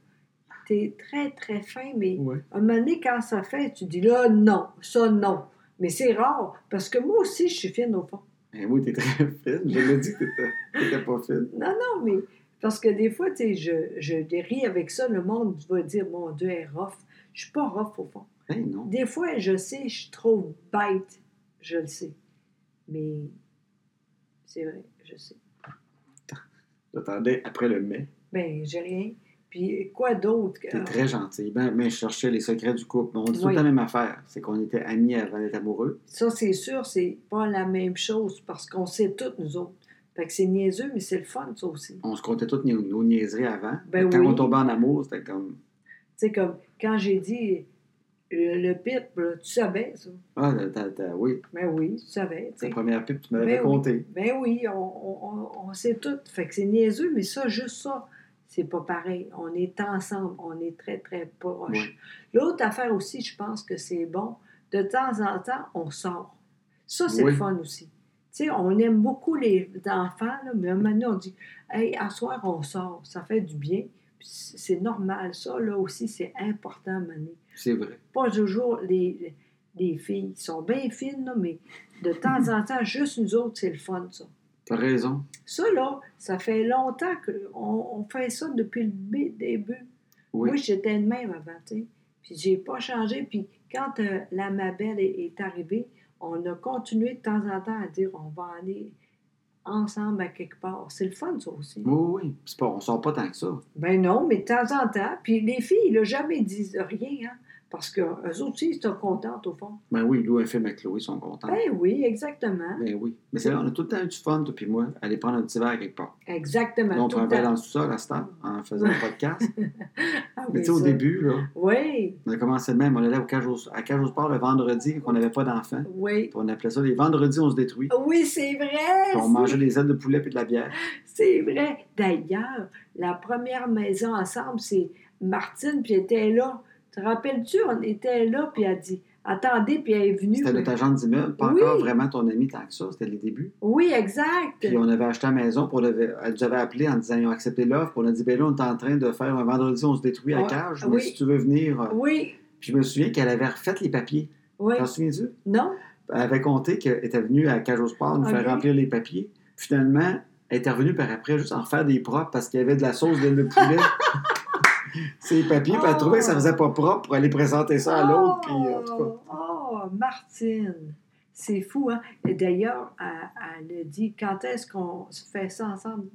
B: T'es très, très fin, mais
C: Ouais.
B: un moment donné, quand ça fait, tu dis là, non, ça, non. Mais c'est rare, parce que moi aussi, je suis fine au fond.
C: Ben oui, t'es très fine. Je l'ai dit que t'étais- t'étais pas fine.
B: Non, non, mais parce que des fois, tu sais, je, je ris avec ça, le monde va dire, mon Dieu, elle est rough. Je suis pas rough au fond.
C: Ben non.
B: Des fois, je sais, je suis trop bête, je le sais. Mais c'est vrai, je sais.
C: J'attendais après le mai.
B: Ben, j'ai rien. Puis quoi d'autre? que-
C: T'es très gentil. Ben, mais je cherchais les secrets du couple. Mais On dit
B: Ah.
C: tout
B: Oui.
C: le temps la même affaire. C'est qu'on était amis avant d'être amoureux.
B: Ça, c'est sûr, c'est pas la même chose parce qu'on sait toutes, nous autres. Fait que c'est niaiseux, mais c'est le fun, ça aussi. Tu
C: On se comptait toutes nos, nos niaiseries avant.
B: Ben
C: quand
B: oui.
C: on tombait en amour, c'était comme
B: sais, comme quand j'ai dit euh, le, pip, là, tu savais ça.
C: Ah, t'as- t'as- t'as- oui,
B: Ben oui, tu savais, tu sais.
C: la première pipe, tu
B: Ben
C: m'avais
B: oui.
C: compté.
B: Ben oui, on, on- on- on sait tout. Fait que c'est niaiseux, mais ça, juste ça, c'est pas pareil. On est ensemble, on est très, très proches.
C: Oui.
B: L'autre affaire aussi, je pense que c'est bon. De temps en temps, on sort. Ça, c'est
C: Oui.
B: le fun aussi. Tu sais, on aime beaucoup les enfants, là, mais maintenant, on dit Hey, à soir, on sort. Ça fait du bien. Puis C'est c'est normal. Ça, là aussi, c'est important, Mané
C: C'est vrai.
B: pas toujours les, les filles. Ils sont bien fines, là, mais de temps en temps, juste nous autres, c'est le fun, ça.
C: T'as raison.
B: Ça, là, ça fait longtemps qu'on on fait ça depuis le bé- début.
C: Oui.
B: Moi, j'étais de même avant, tu sais. Puis j'ai pas changé. Puis quand euh, la Mabelle est, est arrivée, on a continué de temps en temps à dire on va aller ensemble à quelque part. C'est le fun, ça aussi.
C: Oui, oui, oui. C'est pas- on sort pas tant que ça.
B: Ben non, mais de temps en temps. Puis les filles, là, jamais disent rien, hein, parce qu'eux aussi, ils sont contentes, au fond.
C: Ben oui, Lou, un film avec Chloé, ils sont contents.
B: Ben oui, exactement.
C: Ben oui. Mais c'est là, on a tout le temps eu du fun, toi puis moi, à aller prendre un petit verre quelque part.
B: Exactement.
C: Là, on
B: Ben, tout le
C: travaillait
B: temps.
C: dans le sous-sol à cette heure, en faisant un podcast.
B: Ah
C: Mais
B: oui,
C: tu sais, au
B: ça.
C: début, là,
B: Oui,
C: on a commencé de même. On allait au cage au- à Cage au Sport le vendredi, qu'on n'avait pas d'enfants.
B: oui.
C: Puis on appelait ça les vendredis, on se détruit.
B: Oui, c'est vrai.
C: Puis on mangeait des ailes de poulet puis de la bière.
B: C'est vrai. D'ailleurs, la première maison ensemble, c'est Martine, puis elle était là. Te rappelles-tu, on était là, puis elle a dit Attendez, puis elle est venue.
C: C'était notre agent d'immeuble, pas
B: Oui.
C: encore vraiment ton ami tant que ça, c'était les débuts.
B: Oui, exact.
C: Puis on avait acheté la maison, puis on avait- elle nous avait appelé en disant ils ont accepté l'offre, puis on a dit ben là, on est en train de faire un vendredi, on se détruit à
B: Ouais.
C: cage,
B: Ah
C: mais
B: oui.
C: si tu veux venir. euh,
B: Oui,
C: Puis je me souviens qu'elle avait refait les papiers.
B: oui.
C: T'en souviens-tu?
B: Non?
C: Elle avait compté qu'elle était venue à Cage au Sport nous
B: Ok.
C: faire remplir les papiers. Finalement, elle était revenue par après juste en faire des propres parce qu'il y avait de la sauce d'aile de poulet. Ces papiers, puis elle
B: Oh.
C: trouvait que ça faisait pas propre pour aller présenter ça à
B: Ah!
C: l'autre. Puis euh, en tout cas,
B: Oh, oh, Martine. C'est fou, hein? Et D'ailleurs, elle, elle a dit quand est-ce qu'on se fait ça ensemble?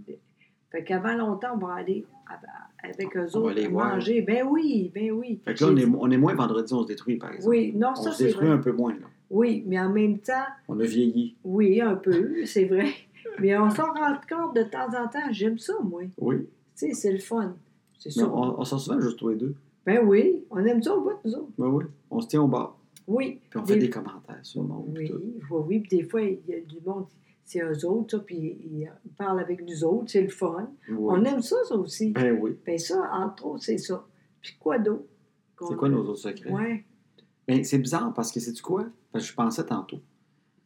B: Fait qu'avant longtemps, on va aller à- avec eux
C: On va
B: autres
C: les voir.
B: manger. Ben oui, ben oui.
C: fait que là, on
B: J'ai
C: est, on est moins vendredi, on se détruit, par exemple.
B: Oui, non,
C: on
B: ça
C: se
B: c'est
C: détruit
B: vrai.
C: un peu moins. Là.
B: Oui, mais en même temps,
C: On a vieilli.
B: oui, un peu, c'est vrai. Mais on s'en rend compte de temps en temps. J'aime ça, moi. Tu
C: Oui.
B: sais, c'est le fun. C'est
C: Mais
B: ça.
C: on, on sort souvent juste tous les deux.
B: Ben oui, on aime ça au bout, nous autres.
C: Oui, oui. On se tient au bar.
B: Oui.
C: Puis on fait
B: Des-
C: des commentaires sur le monde. puis
B: Oui,
C: tout.
B: oui, oui. Puis des fois, il y a du monde, c'est eux autres, ça, puis ils ils parlent avec nous autres, c'est le fun.
C: Oui.
B: On aime ça, ça aussi. Ben,
C: Ben oui.
B: ça, entre autres, c'est ça. Puis quoi d'autre?
C: C'est quoi nos autres secrets?
B: Ouais.
C: Mais Ben, c'est bizarre parce que c'est du quoi? Parce que je pensais tantôt.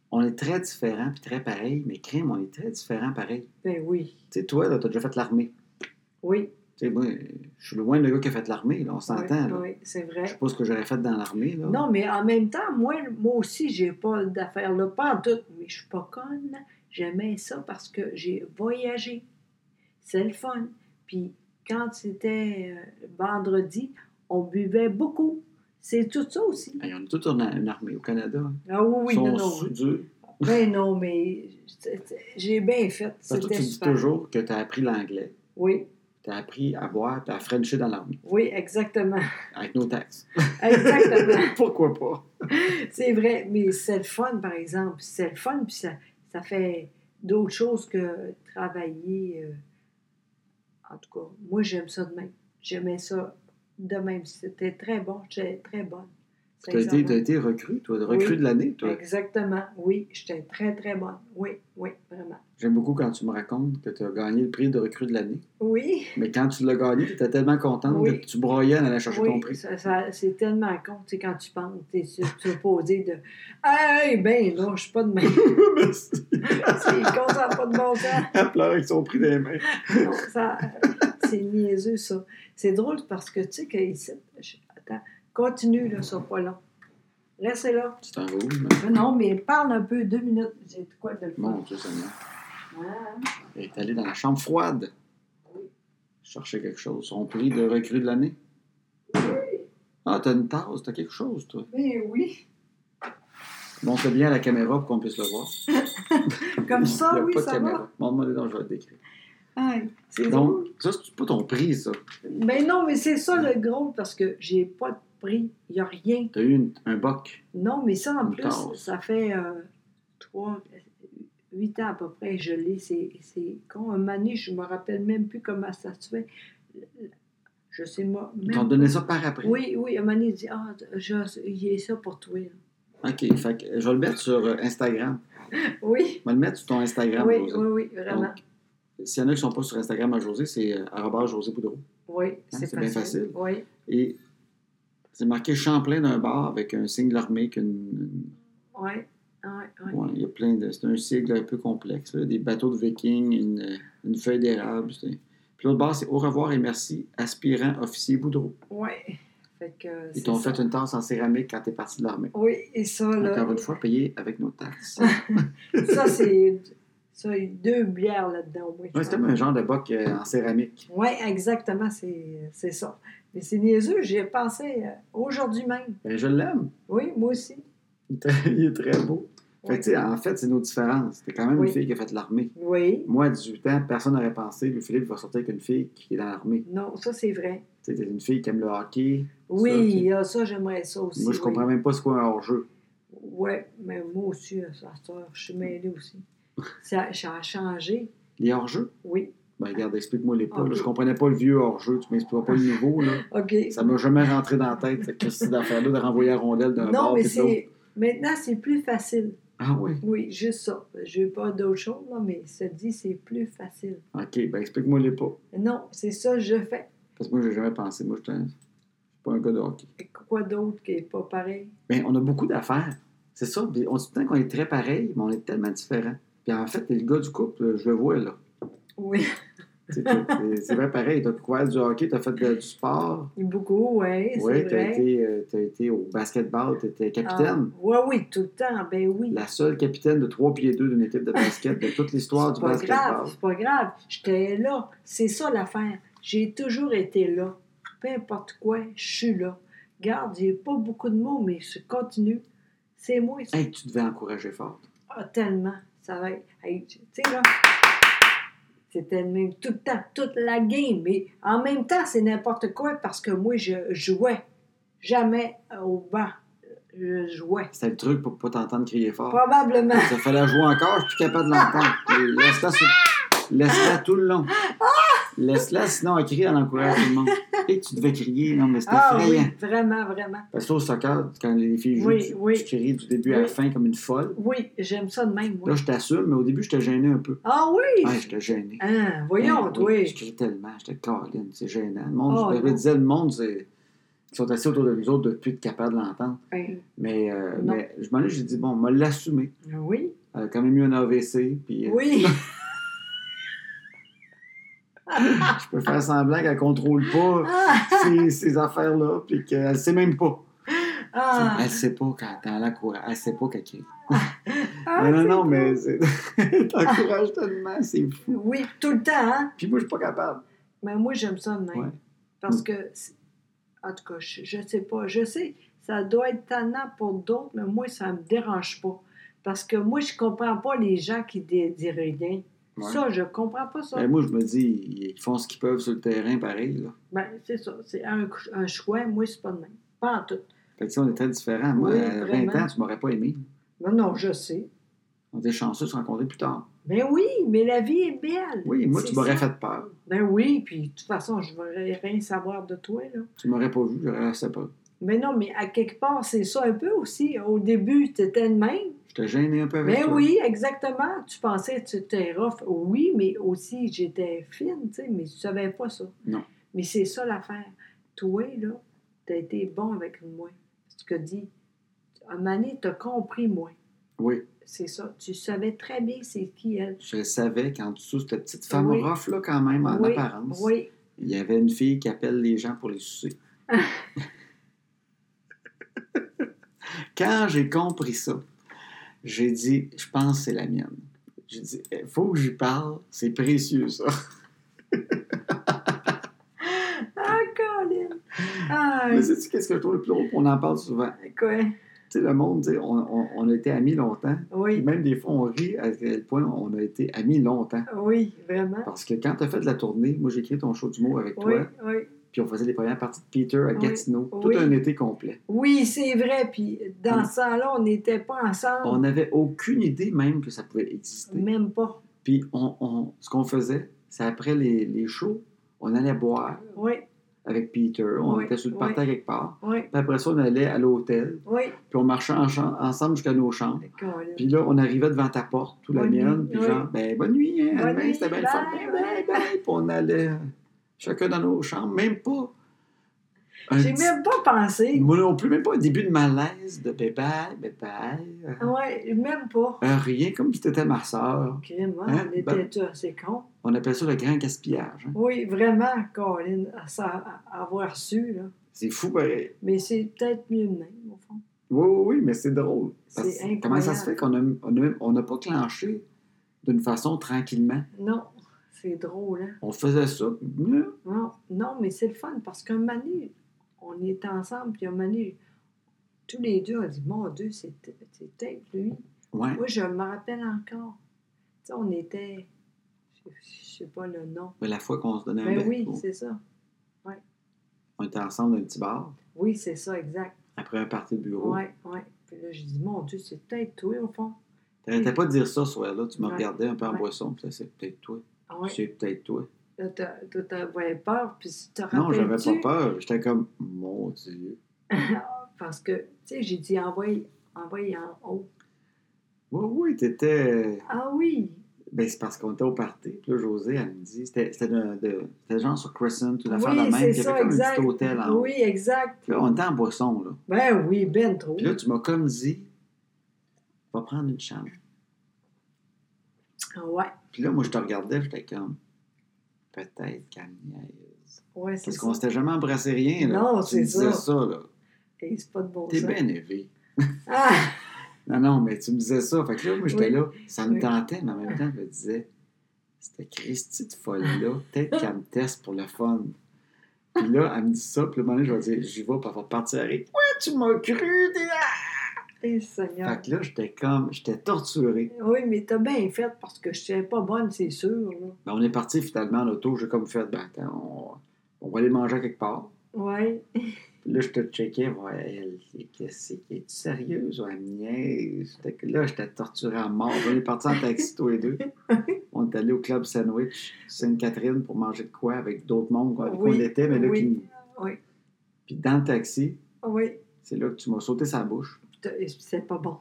C: On est très différents puis très pareils, mais crime, on est très différents pareil.
B: Ben oui,
C: Tu sais, toi, là, t'as déjà fait l'armée.
B: oui.
C: Tu sais, moi, je suis loin de gars qui a fait l'armée, là, on s'entend,
B: oui,
C: là.
B: oui, c'est
C: Je sais
B: vrai.
C: pas ce que j'aurais fait dans l'armée, là.
B: Non, mais en même temps, moi, moi aussi, j'ai pas d'affaires là, pas en tout, mais je suis pas conne. J'aimais ça parce que j'ai voyagé. C'est le fun. Puis quand c'était euh, vendredi, on buvait beaucoup. C'est tout ça aussi.
C: Hey, on est tous en une armée au Canada. hein.
B: Ah oui, oui,
C: Ils sont
B: non, non.
C: soudures.
B: Ben non, mais c'est- c'est- j'ai bien fait.
C: Parce que toi,
B: C'était
C: tu dis
B: super.
C: toujours que t'as appris l'anglais,
B: Oui,
C: t'as appris à boire puis à frencher dans l'armée,
B: oui, exactement.
C: avec nos taxes.
B: Exactement.
C: Pourquoi pas?
B: c'est vrai, mais c'est le fun, par exemple. C'est le fun, puis ça, ça fait d'autres choses que travailler. euh, En tout cas, moi, j'aime ça de même. J'aimais ça de même. C'était très bon. J'étais très bonne.
C: T'as été, t'as été recrue, toi, recrue
B: Oui.
C: de l'année, toi.
B: Exactement, oui. J'étais très, très bonne. Oui, oui, vraiment.
C: J'aime beaucoup quand tu me racontes que tu as gagné le prix de recrue de l'année.
B: Oui.
C: Mais quand tu l'as gagné, tu étais tellement contente
B: Oui.
C: que tu broyais en allant chercher ton
B: Oui,
C: prix.
B: ça, ça- c'est tellement con, tu sais, quand tu penses, tu es supposé de « Hey, ben non, je suis pas de même, c'est con, ça n'a pas de bon sens.
C: Elle pleure avec son prix des mains. »
B: Non, ça, c'est niaiseux, ça. C'est drôle parce que, tu sais, qu'ici, je- attends, continue, là, ça pas long. Restez là.
C: C'est un rouge, mais...
B: Mais Non, mais parle un peu, deux minutes, j'ai de quoi de le
C: Mon
B: faire.
C: Dieu Seigneur.
B: Hein?
C: Elle est allée dans la chambre froide. Chercher quelque chose. Son prix de recrue de l'année. Ah, t'as une tasse, t'as quelque chose, toi.
B: Mais ben oui,
C: Montre bien à la caméra pour qu'on puisse le voir.
B: comme
C: Il n'y
B: ça,
C: a
B: Ah oui,
C: pas de
B: ça va.
C: caméra. Montre-moi les dents, je vais le décrire.
B: Hey, c'est drôle.
C: Donc, ça, c'est pas ton prix, ça.
B: Mais non, mais c'est ça le gros, parce que j'ai pas de prix, il n'y a rien.
C: T'as eu une- un boc.
B: Non, mais ça, en
C: Une
B: plus,
C: tasse.
B: ça fait euh, trois, huit ans à peu près, je l'ai. C'est c'est con. Un mané, je me rappelle même plus comment ça se fait. Je sais moi.
C: Ils t'ont
B: Même...
C: donné ça par après.
B: Oui, oui, un mané dit Ah, je- il y a ça pour toi.
C: OK, fait que je vais le mettre sur euh, Instagram.
B: Oui,
C: Je vais le mettre sur ton
B: oui,
C: Instagram,
B: oui,
C: Josée.
B: oui, vraiment.
C: Donc, s'il y en a qui ne sont pas sur Instagram à José, c'est euh, arobase José Boudreau.
B: oui, c'est
C: hein, c'est bien facile.
B: Oui,
C: Et c'est marqué Champlain d'un bar avec un signe de l'armée. qu'une-
B: oui, oui. oui.
C: Ouais, il y a plein de... C'est un sigle un peu complexe. là, Des bateaux de vikings, une, une feuille d'érable. c'est- Puis l'autre bar, c'est Au revoir et merci, aspirant officier Boudreau.
B: oui. Fait que.
C: Ils
B: c'est
C: t'ont
B: ça.
C: fait une tasse en céramique quand t'es parti de l'armée.
B: Oui, et ça, là.
C: Encore une fois, payé avec nos taxes.
B: ça, c'est. Ça, il y a deux bières là-dedans, oui.
C: Ouais, c'est comme un genre de boc euh, en céramique.
B: Oui, exactement, c'est c'est ça. Mais c'est niaiseux, j'y ai pensé euh, aujourd'hui même.
C: Ben, je l'aime.
B: Oui, moi aussi.
C: Il est très- il est très beau. Fait que, tu sais, en fait, c'est nos différences. T'es quand même
B: Oui.
C: une fille qui a fait l'armée.
B: Oui.
C: Moi, à 18 ans, personne n'aurait pensé que Philippe va sortir avec une fille qui est dans l'armée.
B: Non, ça, c'est vrai.
C: Tu sais, t'es une fille qui aime le hockey.
B: Oui, ah, ça, j'aimerais ça aussi.
C: Moi, je
B: oui.
C: comprends même pas ce qu'est un hors-jeu.
B: Oui, mais moi aussi, à ça, je suis mêlée aussi. Ça, ça a changé,
C: Les hors-jeux?
B: oui.
C: Ben, regarde, explique-moi les pas.
B: Ok.
C: là. Je comprenais pas le vieux hors-jeu. Tu m'expliqueras pas le nouveau, là.
B: OK.
C: Ça m'a jamais rentré dans la tête, cette petite affaire-là de renvoyer la rondelle d'un
B: non,
C: bord
B: mais
C: puis de l'autre.
B: c'est... Maintenant, c'est plus facile.
C: Ah oui.
B: Oui, juste ça. Je veux pas d'autre chose, là, mais ça dit c'est plus facile.
C: OK, ben explique-moi les pas.
B: Non, c'est ça que je fais.
C: Parce que moi, j'ai jamais pensé. Moi, je suis pas un gars de hockey.
B: Quoi d'autre qui n'est pas pareil?
C: Ben, on a beaucoup d'affaires. C'est ça. puis On dit tout le temps qu'on est très pareil, mais on est tellement différents. Puis en fait, le gars du couple, je le vois, là.
B: Oui,
C: C'est- C'est c'est vrai pareil. T'as couvert du hockey, t'as fait de- du sport.
B: beaucoup, oui, c'est
C: Oui, t'as
B: vrai.
C: été, euh, t'as été au basketball, t'étais capitaine.
B: Ah, ouais, oui, tout le temps, ben oui.
C: La seule capitaine de 3 pieds 2 d'une équipe de basket de toute l'histoire
B: C'est
C: du
B: pas
C: basketball.
B: grave, c'est pas grave. J'étais là. C'est ça l'affaire. J'ai toujours été là. Peu importe quoi, je suis là. Garde, j'ai pas beaucoup de mots, mais je continue. C'est moi, ça.
C: Hey, tu devais encourager fort.
B: Ah, tellement. Ça va être. hey, tu sais, là. C'était le même tout le temps, toute la game. Mais en même temps, c'est n'importe quoi parce que moi, je jouais. Jamais au banc. Je jouais.
C: C'était le truc pour pas t'entendre crier fort.
B: Probablement.
C: Ça fallait jouer encore, je suis plus capable de l'entendre. Laisse-la sur- laisse-la tout le long. Laisse-la, sinon elle crie, elle encourage tout le monde. Et tu devais crier, non, mais c'était
B: Ah oui,
C: effrayant.
B: vraiment, vraiment.
C: Parce que au soccer, quand les filles jouent,
B: Oui,
C: tu,
B: oui.
C: tu cries du début à la
B: Oui.
C: fin comme une folle.
B: Oui, j'aime ça de même, moi.
C: Là, je t'assume, mais au début, j'étais gêné un peu.
B: Ah oui!
C: Ouais, j'étais gêné.
B: Ah, voyons,
C: Ben
B: toi.
C: Je criais tellement, j'étais caline, c'est gênant. Le monde,
B: Oh,
C: je me
B: non.
C: disais, le monde, c'est- ils sont assis autour de nous autres depuis de capable de l'entendre.
B: Ben,
C: Mais, euh,
B: Non.
C: mais je m'en ai, j'ai dit, bon, on va l'assumer.
B: oui.
C: Elle a quand même eu un AVC, puis euh,
B: Oui.
C: je peux faire semblant qu'elle contrôle pas.
B: Ah,
C: ces, ces affaires-là, puis qu'elle sait même pas.
B: ah,
C: Elle sait pas quand elle encourage, elle sait pas qu'elle crie.
B: ah, c'est Ah.
C: non, non, non,
B: cool.
C: mais c'est- t'encourages tellement, c'est fou.
B: Oui, tout le temps, hein?
C: Puis moi, je suis pas capable.
B: Mais moi, j'aime ça de même.
C: Ouais.
B: Parce que, c'est- en tout cas, je, je sais pas. Je sais, ça doit être tannant pour d'autres, mais moi, ça me dérange pas. Parce que moi, je comprends pas les gens qui dé- disent rien.
C: Ouais.
B: Ça, je comprends pas ça.
C: Ben, moi, je me dis, ils font ce qu'ils peuvent sur le terrain, pareil. Là.
B: Ben, c'est ça. C'est un, un choix. Moi, c'est pas de même. Pas en tout.
C: Fait que, tu sais, on est très différents. Moi,
B: Oui,
C: à 20
B: vraiment.
C: ans, tu m'aurais pas aimé.
B: Non, non, je sais.
C: On était chanceux de se rencontrer plus tard.
B: Mais Ben oui, mais la vie est belle.
C: Oui, moi,
B: C'est
C: tu m'aurais
B: ça.
C: fait peur.
B: Ben oui, puis de toute façon, je ne vais rien savoir de toi, là.
C: Tu m'aurais pas vu, je sais pas.
B: Mais non, mais à quelque part, c'est ça un peu aussi. Au début, tu étais de même.
C: J'étais gêné un peu avec
B: Ben
C: toi.
B: oui, exactement. Tu pensais que tu étais rough. Oui, mais aussi, j'étais fine, tu sais, mais tu savais pas ça.
C: Non.
B: Mais c'est ça l'affaire. Toi, là, tu as été bon avec moi. Ce que dit, à un moment donné, tu as compris moi.
C: Oui,
B: C'est ça. Tu savais très bien c'est qui elle.
C: je savais qu'en dessous, cette petite femme
B: Oui.
C: rough, là, quand même, en
B: oui,
C: apparence.
B: oui.
C: Il y avait une fille qui appelle les gens pour les sucer. Quand j'ai compris ça, j'ai dit, je pense que c'est la mienne. J'ai dit, il faut que j'y parle, c'est précieux ça.
B: Ah, Colin! Ah,
C: Mais sais-tu qu'est-ce que je trouve le plus drôle? On en parle souvent.
B: quoi?
C: Tu sais, le monde, tu sais, on, on, on a été amis longtemps. Puis
B: Oui,
C: même des fois, on rit à quel point on a été amis longtemps.
B: oui, vraiment.
C: Parce que quand tu as fait de la tournée, moi j'ai écrit ton show d'humour avec
B: Oui,
C: toi,
B: oui.
C: puis on faisait les premières parties de Peter à
B: Oui.
C: Gatineau, tout
B: Oui.
C: un été complet.
B: Oui, c'est vrai. Puis dans
C: Mm.
B: ce temps-là, on n'était pas ensemble.
C: On n'avait aucune idée même que ça pouvait exister.
B: Même pas.
C: Puis on, on- ce qu'on faisait, c'est après les, les shows, on allait boire
B: Oui,
C: avec Peter, on
B: Oui,
C: était sur le
B: oui.
C: parterre quelque part.
B: oui,
C: Puis après ça, on allait à l'hôtel,
B: oui.
C: puis on marchait en chan- ensemble jusqu'à nos chambres.
B: Colin.
C: Puis là, on arrivait devant ta porte, tout la
B: Bonne
C: mienne,
B: nuit,
C: puis
B: oui.
C: genre, ben bonne nuit, hein, à
B: Bonne
C: demain,
B: nuit,
C: c'était bien le
B: bye,
C: fun. Bye,
B: bye.
C: bye, bye. Puis on allait euh, chacun dans nos chambres, même pas. un
B: J'ai
C: petit-
B: même pas pensé.
C: Moi non plus, même pas un début de malaise, de bébé, bébé.
B: Oui, même pas.
C: Euh, rien comme si t'étais ma soeur.
B: Vraiment,
C: Hein?
B: on était tous assez cons.
C: On appelle ça le grand gaspillage. hein.
B: Oui, vraiment, Colin, à sa- à avoir su, là.
C: C'est fou, pareil.
B: Mais c'est peut-être mieux de même, au fond.
C: Oui, oui, oui, mais c'est drôle. Parce
B: C'est
C: que Comment ça se fait
B: incroyable.
C: qu'on n'a on a- on n'a pas clenché d'une façon tranquillement?
B: Non, c'est drôle, hein?
C: On faisait ça. puis, euh,
B: Non, non, mais c'est le fun parce qu'un manu, on est ensemble, puis un manu, tous les deux, on dit Mon Dieu, c'est c'est peut-être lui.
C: Ouais.
B: Moi, je me rappelle encore. Tu sais, on était. Je je sais pas le nom.
C: Mais la fois qu'on se donnait un
B: Ben
C: bec,
B: oui,
C: on-
B: c'est ça.
C: on était ensemble dans un petit bar,
B: Oui, c'est ça, exact.
C: après un parti de bureau.
B: Ouais, ouais. Puis là, je dis, mon Dieu, c'est peut-être toi, au fond.
C: T'arrêtais pas de dire ça ce soir-là. Tu me
B: Ouais.
C: regardais un peu en
B: Ouais.
C: boisson, puis ça, c'est peut-être toi.
B: Ah ouais.
C: C'est peut-être toi.
B: Là, t'as- toi, t'avais peur, puis tu te
C: Non, j'avais
B: rappelles-tu?
C: pas peur. J'étais comme, mon Dieu.
B: Parce que, tu sais, j'ai dit, envoie, envoie en haut.
C: Oui, oui, t'étais.
B: Ah oui!
C: Ben, c'est parce qu'on était au party. Puis là, José, elle me dit, c'était c'était de, de- c'était genre sur Crescent, ou l'affaire
B: Oui,
C: de même,
B: c'est
C: qui
B: ça,
C: avait comme un
B: exact.
C: petit hôtel en haut.
B: Oui, exact.
C: Puis là, on était en boisson, là.
B: Ben oui, ben trop.
C: Puis là, tu m'as comme dit, va prendre une chambre.
B: Ah ouais,
C: Puis là, moi, je te regardais, j'étais comme, peut-être qu'elle me niaise.
B: ouais, c'est
C: Parce
B: ça.
C: qu'on s'était jamais embrassé rien, là.
B: Non,
C: Tu
B: c'est
C: me disais
B: ça.
C: là.
B: Et c'est pas de bon
C: T'es
B: sens.
C: bien élevé.
B: Ah!
C: Non, non, mais tu me disais ça. Fait que là, moi, j'étais
B: Oui.
C: là. Ça me
B: Oui.
C: tentait, mais en même temps, je me disais, c'était Christy de folle-là. Peut-être qu'elle me teste pour le fun. Puis là, elle me dit ça. Puis le moment donné, je vais dire, j'y vais, puis elle va partir avec. Ouais, tu m'as cru, t'es là.
B: Eh, Seigneur.
C: Fait que là, j'étais comme, j'étais torturé.
B: Oui, mais t'as bien fait parce que je suis pas bonne, c'est sûr. là.
C: Ben, on est parti finalement en auto. J'ai comme fait, ben, attends, on, on va aller manger quelque part.
B: Ouais.
C: Puis là, je te checkais, ouais, elle, qu'est-ce que c'est? Es-tu sérieuse? Ouais, elle me niaise. Fait que Là, j'étais torturé à mort. On est partis en taxi, tous les deux. On est allé au Club Sandwich, Sainte-Catherine, pour manger de quoi avec d'autres mondes quoi, avec
B: Oui,
C: qui on était, mais là,
B: oui.
C: qui-
B: Oui.
C: Puis dans le taxi,
B: Oui.
C: c'est là que tu m'as sauté sa bouche.
B: T'as- et C'est pas bon.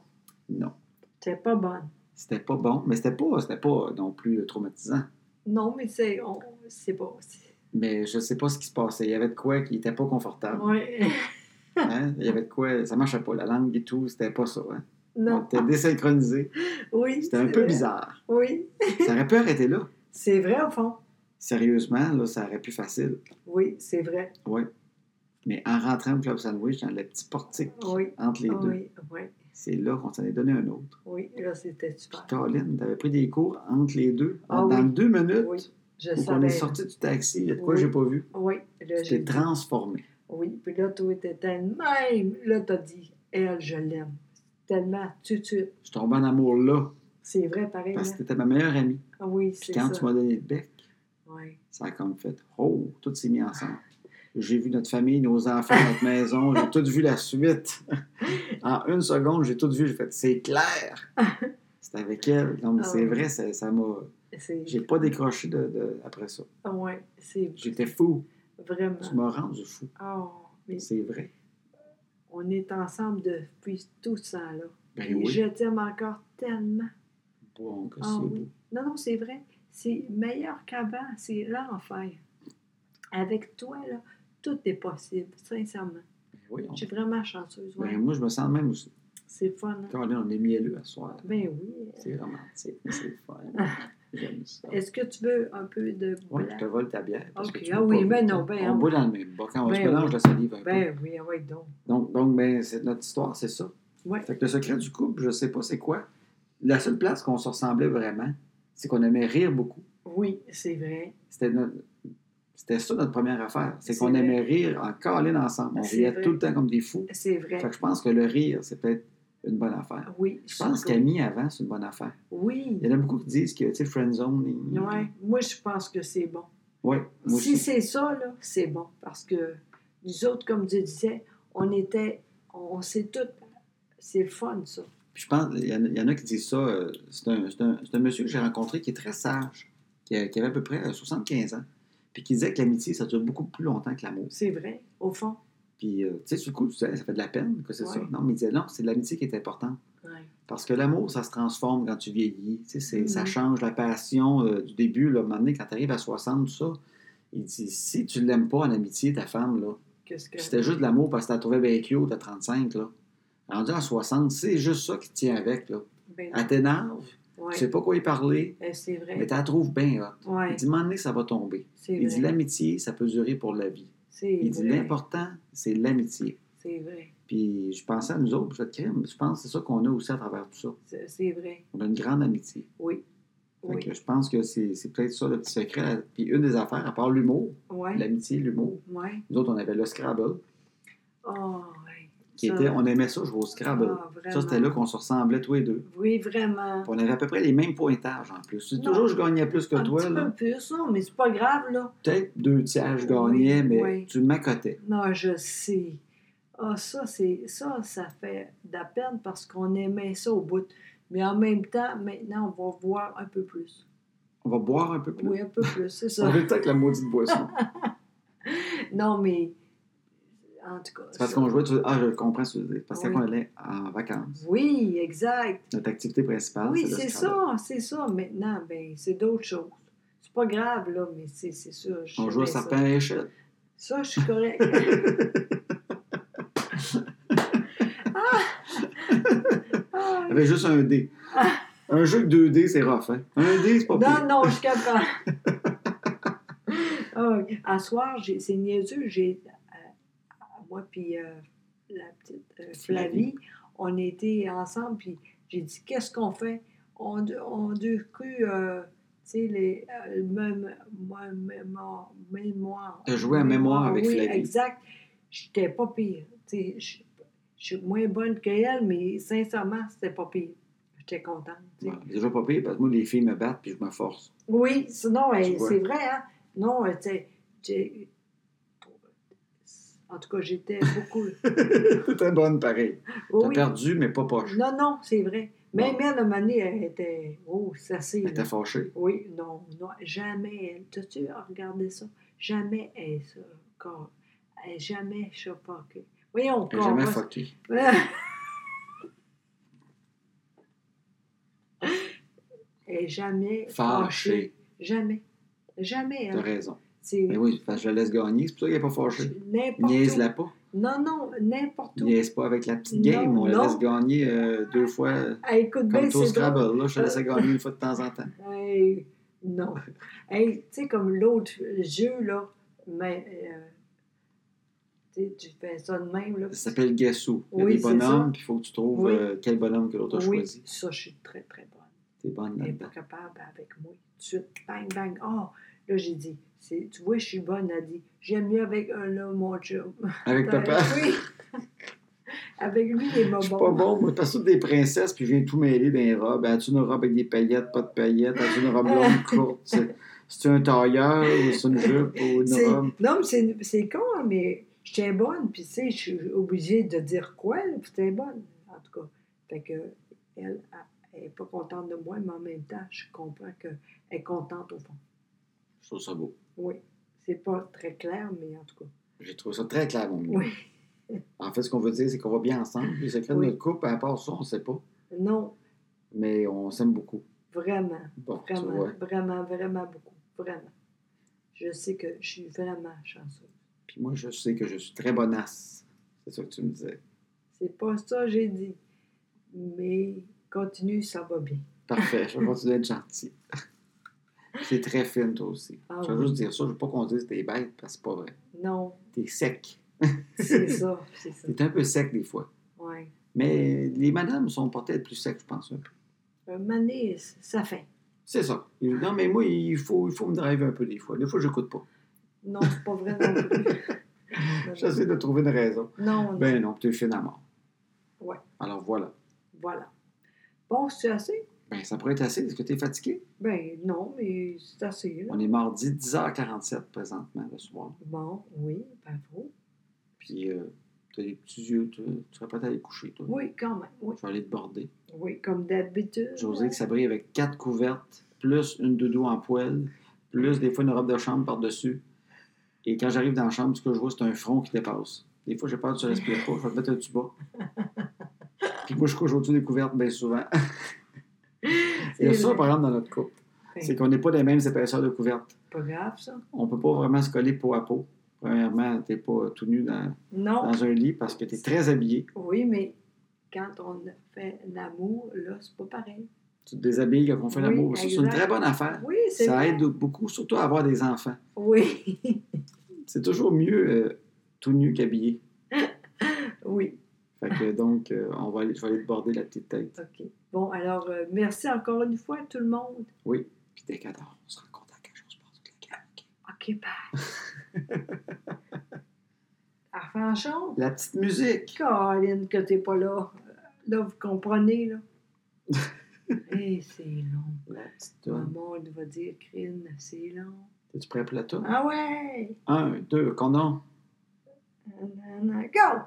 C: Non.
B: C'est pas bonne.
C: C'était pas bon, mais c'était pas, c'était pas non plus euh, traumatisant.
B: Non, mais c'est on- c'est bon.
C: Mais je sais pas ce qui se passait. Il y avait de quoi qui était pas confortable.
B: Oui.
C: hein? Il y avait de quoi, ça marchait pas. La langue et tout, c'était pas ça. Hein? On
B: Non.
C: était désynchronisés.
B: Oui.
C: C'était un
B: c'est
C: peu
B: vrai.
C: bizarre.
B: Oui.
C: Ça aurait pu arrêter là.
B: C'est vrai, au fond.
C: Sérieusement, là, ça aurait pu facile.
B: Oui, c'est vrai.
C: Oui. Mais en rentrant au Club Sandwich, dans le petit portique
B: Oui.
C: entre les deux,
B: Ah Oui, oui,
C: c'est là qu'on s'en est donné un autre.
B: oui. Là, c'était
C: Puis,
B: super.
C: Caroline, t'avais pris des cours entre les deux.
B: Ah
C: dans
B: oui.
C: deux minutes,
B: Oui, je
C: où on
B: savais.
C: est sorti du taxi. Il y a de quoi
B: Oui.
C: j'ai pas vu.
B: Oui, là, j'ai
C: J'étais
B: dit-
C: transformé.
B: Oui, puis là, toi, t'étais le même. Là, t'as dit, elle, je l'aime. Tellement, tu, tu.
C: Je suis tombé en amour là,
B: C'est vrai, pareil.
C: parce que
B: Hein?
C: t'étais ma meilleure amie.
B: Ah Oui,
C: Puis
B: c'est ça.
C: quand tu m'as donné le bec,
B: Oui.
C: ça a comme fait « Oh! » Tout s'est mis ensemble. J'ai vu notre famille, nos enfants, notre maison. J'ai tout vu la suite. en une seconde, j'ai tout vu. J'ai fait « C'est clair! » C'était avec elle. Non, mais
B: Ah
C: c'est
B: oui.
C: vrai, ça ça m'a...
B: C'est
C: J'ai pas décroché de, de- après ça.
B: ah ouais, c'est
C: J'étais fou.
B: vraiment.
C: Tu m'as rendu fou.
B: Oh, mais
C: C'est vrai.
B: on est ensemble depuis tout ça, là.
C: Ben
B: Et
C: oui.
B: Je t'aime encore tellement.
C: Bon, que
B: Ah
C: c'est
B: oui. Non, non, c'est vrai. C'est meilleur qu'avant. C'est l'enfer. Avec toi, là, tout est possible, sincèrement.
C: beau. Ben oui, on-
B: Je suis vraiment chanceuse. ouais.
C: Ben moi, je me sens de même aussi.
B: C'est fun. hein?
C: Quand on est mielleux à soir,
B: Ben oui.
C: c'est romantique, c'est fun. J'aime ça.
B: Est-ce que tu veux un peu de
C: Oui,
B: blanc?
C: je te vole ta bière. parce que
B: Ok,
C: tu l'as
B: ah oui,
C: pas
B: ben
C: vue.
B: non, ben
C: On
B: oui.
C: boit dans le même bas. Quand on se
B: Ben
C: mélange
B: oui.
C: la salive un peu.
B: ben oui, oui, donc.
C: ah Donc, donc ben, c'est notre histoire, c'est ça.
B: Ouais.
C: Fait que le secret du couple, je sais pas c'est quoi. La seule place qu'on se ressemblait vraiment, c'est qu'on aimait rire beaucoup.
B: Oui, c'est vrai.
C: C'était notre- C'était ça notre première affaire. C'est
B: C'est
C: qu'on
B: vrai.
C: aimait rire en câline ensemble. On
B: C'est
C: riait
B: vrai.
C: tout le temps comme des fous.
B: C'est vrai.
C: Fait que je pense que le rire, c'est peut-être une bonne affaire.
B: Oui,
C: Je pense
B: surtout.
C: qu'Ami avant, c'est une bonne affaire.
B: Oui.
C: Il y en a beaucoup qui disent que, tu sais, friendzone. il-
B: Ouais. Moi, je pense que c'est bon.
C: Ouais, moi
B: si
C: aussi.
B: c'est ça, là, c'est bon. Parce que nous autres, comme je disais, on était, on, on s'est tout. C'est le fun, ça.
C: Puis je pense, il y, en a- il y en a qui disent ça. euh, c'est un, c'est un- c'est un monsieur que j'ai rencontré qui est très sage, qui, a- qui avait à peu près euh, 75 ans, puis qui disait que l'amitié, ça dure beaucoup plus longtemps que l'amour.
B: C'est vrai, au fond.
C: Puis, euh, tu sais, sur le coup, tu disais, ça fait de la peine que c'est
B: Ouais.
C: ça. Non, mais il disait, non, c'est l'amitié qui est importante.
B: Ouais.
C: Parce que l'amour, ça se transforme quand tu vieillis. Tu sais, c'est-
B: Mhm.
C: ça change la passion euh, du début, là, à un moment donné, quand tu arrives à 60, tout ça. Il dit, si tu l'aimes pas en amitié, ta femme, là,
B: Qu'est-ce que.
C: puis c'était juste de l'amour parce que t'as trouvé bien cute à 35, là. Rendu à 60, c'est juste ça qui te tient avec, là.
B: Ben,
C: Elle t'énerve,
B: ouais.
C: tu sais pas quoi y parler,
B: Eh, c'est vrai.
C: mais t'en trouves bien, là.
B: Ouais,
C: Il dit, un moment donné, ça va tomber.
B: c'est
C: Il dit,
B: vrai.
C: l'amitié, ça peut durer pour la vie.
B: C'est
C: Il dit,
B: vrai.
C: l'important, c'est l'amitié.
B: C'est vrai.
C: Puis je pensais à nous autres, je vais te dire, mais je pense que c'est ça qu'on a aussi à travers tout ça.
B: C'est c'est vrai.
C: On a une grande amitié.
B: Oui.
C: Fait
B: Oui.
C: que je pense que c'est c'est peut-être ça le petit secret. Puis une des affaires, à part l'humour,
B: Ouais.
C: l'amitié, l'humour,
B: Ouais.
C: nous autres, on avait le Scrabble.
B: Oh, ouais.
C: qui
B: Ça.
C: était, on aimait ça jouer au Scrabble.
B: Ah, vraiment.
C: ça, c'était là qu'on se ressemblait tous les deux.
B: Oui, vraiment.
C: Puis On avait à peu près les mêmes pointages en plus. C'est
B: Non.
C: toujours je gagnais plus que
B: Un
C: toi.
B: petit
C: là.
B: peu plus, non, mais c'est pas grave, là.
C: Peut-être deux tiers, je gagnais, mais
B: Oui.
C: tu m'accotais.
B: Non, je sais. Ah, ça, c'est ça, ça fait de la peine parce qu'on aimait ça au bout. Mais en même temps, maintenant, on va voir un peu plus.
C: On va boire un peu plus.
B: Oui, un peu plus, c'est
C: On
B: ça.
C: veut avec la maudite boisson.
B: Non, mais en tout cas.
C: C'est parce
B: ça-
C: qu'on jouait, tu- ah, je comprends ce que tu veux dire. Parce que
B: Oui.
C: quand on allait en vacances,
B: Oui, exact.
C: notre activité principale,
B: oui,
C: Ah, le
B: c'est
C: Scrabble.
B: ça, c'est ça. Maintenant, ben, c'est d'autres choses. C'est pas grave, là, mais c'est c'est ça.
C: On
B: j'aimais
C: jouait à
B: Ben, ça.
C: serpent à échelle.
B: Ça, je suis correct. ah!
C: Avec juste un dé. Un jeu de 2D, c'est rough. Hein? Un dé, c'est pas
B: Non,
C: pire.
B: non, je suis capable. Ah, à soir, j'ai- c'est niaiseux, j'ai, euh, moi puis euh, la petite euh, Flavie, on était ensemble, puis j'ai dit, qu'est-ce qu'on fait? On, de- on deux cru, euh, tu sais, les euh, même, moi, mémoire, mémoire.
C: T'as joué à mémoire avec
B: Ah oui,
C: Flavie.
B: exact. J'étais pas pire. Tu sais, je je suis moins bonne qu'elle, mais sincèrement, c'était pas pire. J'étais contente. tu sais.
C: Ouais, c'est déjà pas pire parce que moi, les filles me battent puis je me force.
B: Oui, sinon,
C: Tu
B: euh,
C: vois.
B: c'est vrai, hein? Non, euh, tu sais, j'ai- En tout cas, j'étais beaucoup. Oh
C: T'es bonne, pareil. T'as
B: Oui.
C: perdu, mais pas poche.
B: Non, non, c'est vrai. Même elle, à un moment donné, elle était. Oh, ça c'est.
C: Elle était fâchée.
B: Oui, non, non, jamais elle. T'as-tu regardé ça? Jamais elle, ça. Corps. Elle est jamais choquée. Voyons,
C: Elle
B: corps.
C: n'a jamais
B: va-
C: fucké.
B: elle est jamais
C: Fâchée.
B: Jamais. Jamais
C: T'as
B: elle.
C: raison.
B: C'est
C: Mais oui, parce que je la laisse gagner. C'est pour ça qu'elle n'est pas fâchée.
B: n'importe où.
C: Niaise-la pas.
B: Non, non, n'importe où.
C: Niaise pas avec la petite
B: Non,
C: game.
B: non.
C: On la laisse gagner euh, deux fois. euh,
B: Hey, écoute
C: Comme
B: bien,
C: toi au
B: c'est drôle.
C: Scrabble, là, je te laissais gagner une fois de temps en temps.
B: Hey, non. Hey, tu sais, comme l'autre jeu, là, mais. euh, tu sais, tu fais ça de même, là.
C: Ça s'appelle Guessou. Il y a
B: Oui,
C: des
B: c'est
C: bonhommes, puis il faut que tu trouves
B: Oui.
C: euh, quel bonhomme que l'autre a
B: Oui, Eh
C: choisi.
B: ça, je suis très, très bonne.
C: T'es bonne
B: Elle n'est
C: là-dedans.
B: pas capable avec moi. Tout de suite, bang, bang. Oh, là, j'ai dit, c'est- tu vois, je suis bonne, elle dit, j'aime mieux avec un là, mon chum.
C: Avec papa.
B: Oui. avec lui, il est pas
C: Je suis
B: bon.
C: pas bon, moi, parce que des princesses, puis je viens tout mêler dans les robes. Ben, As-tu une robe avec des paillettes, pas de paillettes? As-tu une robe longue, courte? C'est- C'est-tu un tailleur ou c'est une jupe ou une
B: C'est-
C: robe?
B: Non, mais c'est- c'est con, hein, mais j'étais bonne, puis tu sais, je suis obligée de dire quoi, là, puis j'étais bonne, en tout cas. Fait que, elle, elle n'est pas contente de moi, mais en même temps, je comprends qu'elle est contente au fond.
C: Je trouve ça beau.
B: Oui, c'est pas très clair, mais en tout cas.
C: J'ai trouvé ça très clair, mon
B: Oui.
C: En fait, ce qu'on veut dire, c'est qu'on va bien ensemble. Puis le secret de
B: Oui.
C: notre couple, à part ça, on ne sait pas.
B: Non,
C: Mais on s'aime beaucoup.
B: vraiment,
C: Bon, tu
B: vraiment,
C: vois.
B: vraiment, vraiment beaucoup, vraiment. Je sais que je suis vraiment chanceuse.
C: Puis moi, je sais que je suis très bonasse. C'est ça que tu me disais.
B: C'est pas ça que j'ai dit, mais continue, ça va bien.
C: Parfait, je vais continuer à être gentil. T'es très fine, toi aussi.
B: Ah
C: je vais
B: oui.
C: juste dire ça, je veux pas qu'on dise que t'es bête, parce que c'est pas vrai.
B: Non,
C: T'es sec.
B: c'est ça, c'est ça.
C: T'es un peu sec des fois.
B: Ouais.
C: Mais les madames sont peut-être plus secs, je pense. un peu.
B: Un Euh, mané, ça fait.
C: C'est ça. Et Non, mais moi, il faut, il faut me driver un peu des fois. Des fois, j'écoute pas.
B: Non, c'est pas vrai non plus.
C: J'essaie de trouver une raison.
B: non, non.
C: Ben non, t'es fine à mort.
B: Ouais.
C: Alors voilà.
B: Voilà. Bon, c'est assez?
C: Ben, ça pourrait être assez. Est-ce que t'es fatigué?
B: Ben non, mais c'est assez. Là.
C: On est mardi 10h47 présentement, le soir.
B: Bon, oui, bravo.
C: Puis, euh, t'as des petits yeux, tu, tu serais prête à aller coucher, toi.
B: Oui, quand même. Oui,
C: Je vais aller te border.
B: oui comme d'habitude.
C: José qui s'abrit avec quatre couvertes, plus une doudou en poêle, plus des fois une robe de chambre par-dessus. Et quand j'arrive dans la chambre, ce que je vois, c'est un front qui dépasse. Des fois, j'ai peur que tu respires pas. Je vais te mettre un tuba. Puis moi, je couche au-dessus des couvertes bien souvent. Il y
B: C'est
C: a ça,
B: vrai.
C: par exemple, dans notre couple.
B: Ben,
C: C'est qu'on n'est pas des mêmes épaisseurs de couvertes.
B: pas grave, ça.
C: On peut pas vraiment se coller peau à peau. Premièrement, t'es pas tout nu dans,
B: Non,
C: dans un lit parce que t'es très habillé.
B: oui, mais quand on fait l'amour, là, c'est pas pareil.
C: Tu te déshabilles quand on fait
B: Oui,
C: l'amour. Ça, C'est une
B: exact.
C: très bonne affaire.
B: Oui, c'est
C: Ça
B: vrai.
C: aide beaucoup, surtout à avoir des enfants.
B: Oui,
C: C'est toujours mieux euh, tout nu qu'habillé.
B: oui.
C: Fait que donc, euh, on va aller, je vais aller te border la petite tête.
B: OK. Bon, alors, euh, merci encore une fois, tout le monde.
C: Oui. Puis dès 14, on se rencontre à quelque chose pour toute la gang.
B: OK, bye. à Fanchon.
C: La petite musique.
B: Caroline, que t'es pas là. Là, vous comprenez, là. Et Eh, c'est long.
C: La petite
B: Tout le
C: toune.
B: monde va dire, Crine, c'est long.
C: Es-tu prêt pour la toune?
B: Ah ouais!
C: Un, deux, condom.
B: Nanana, Go!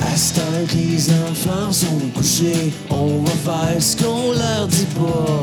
A: À ce temps que les enfants sont couchés, on va faire ce qu'on leur dit pas.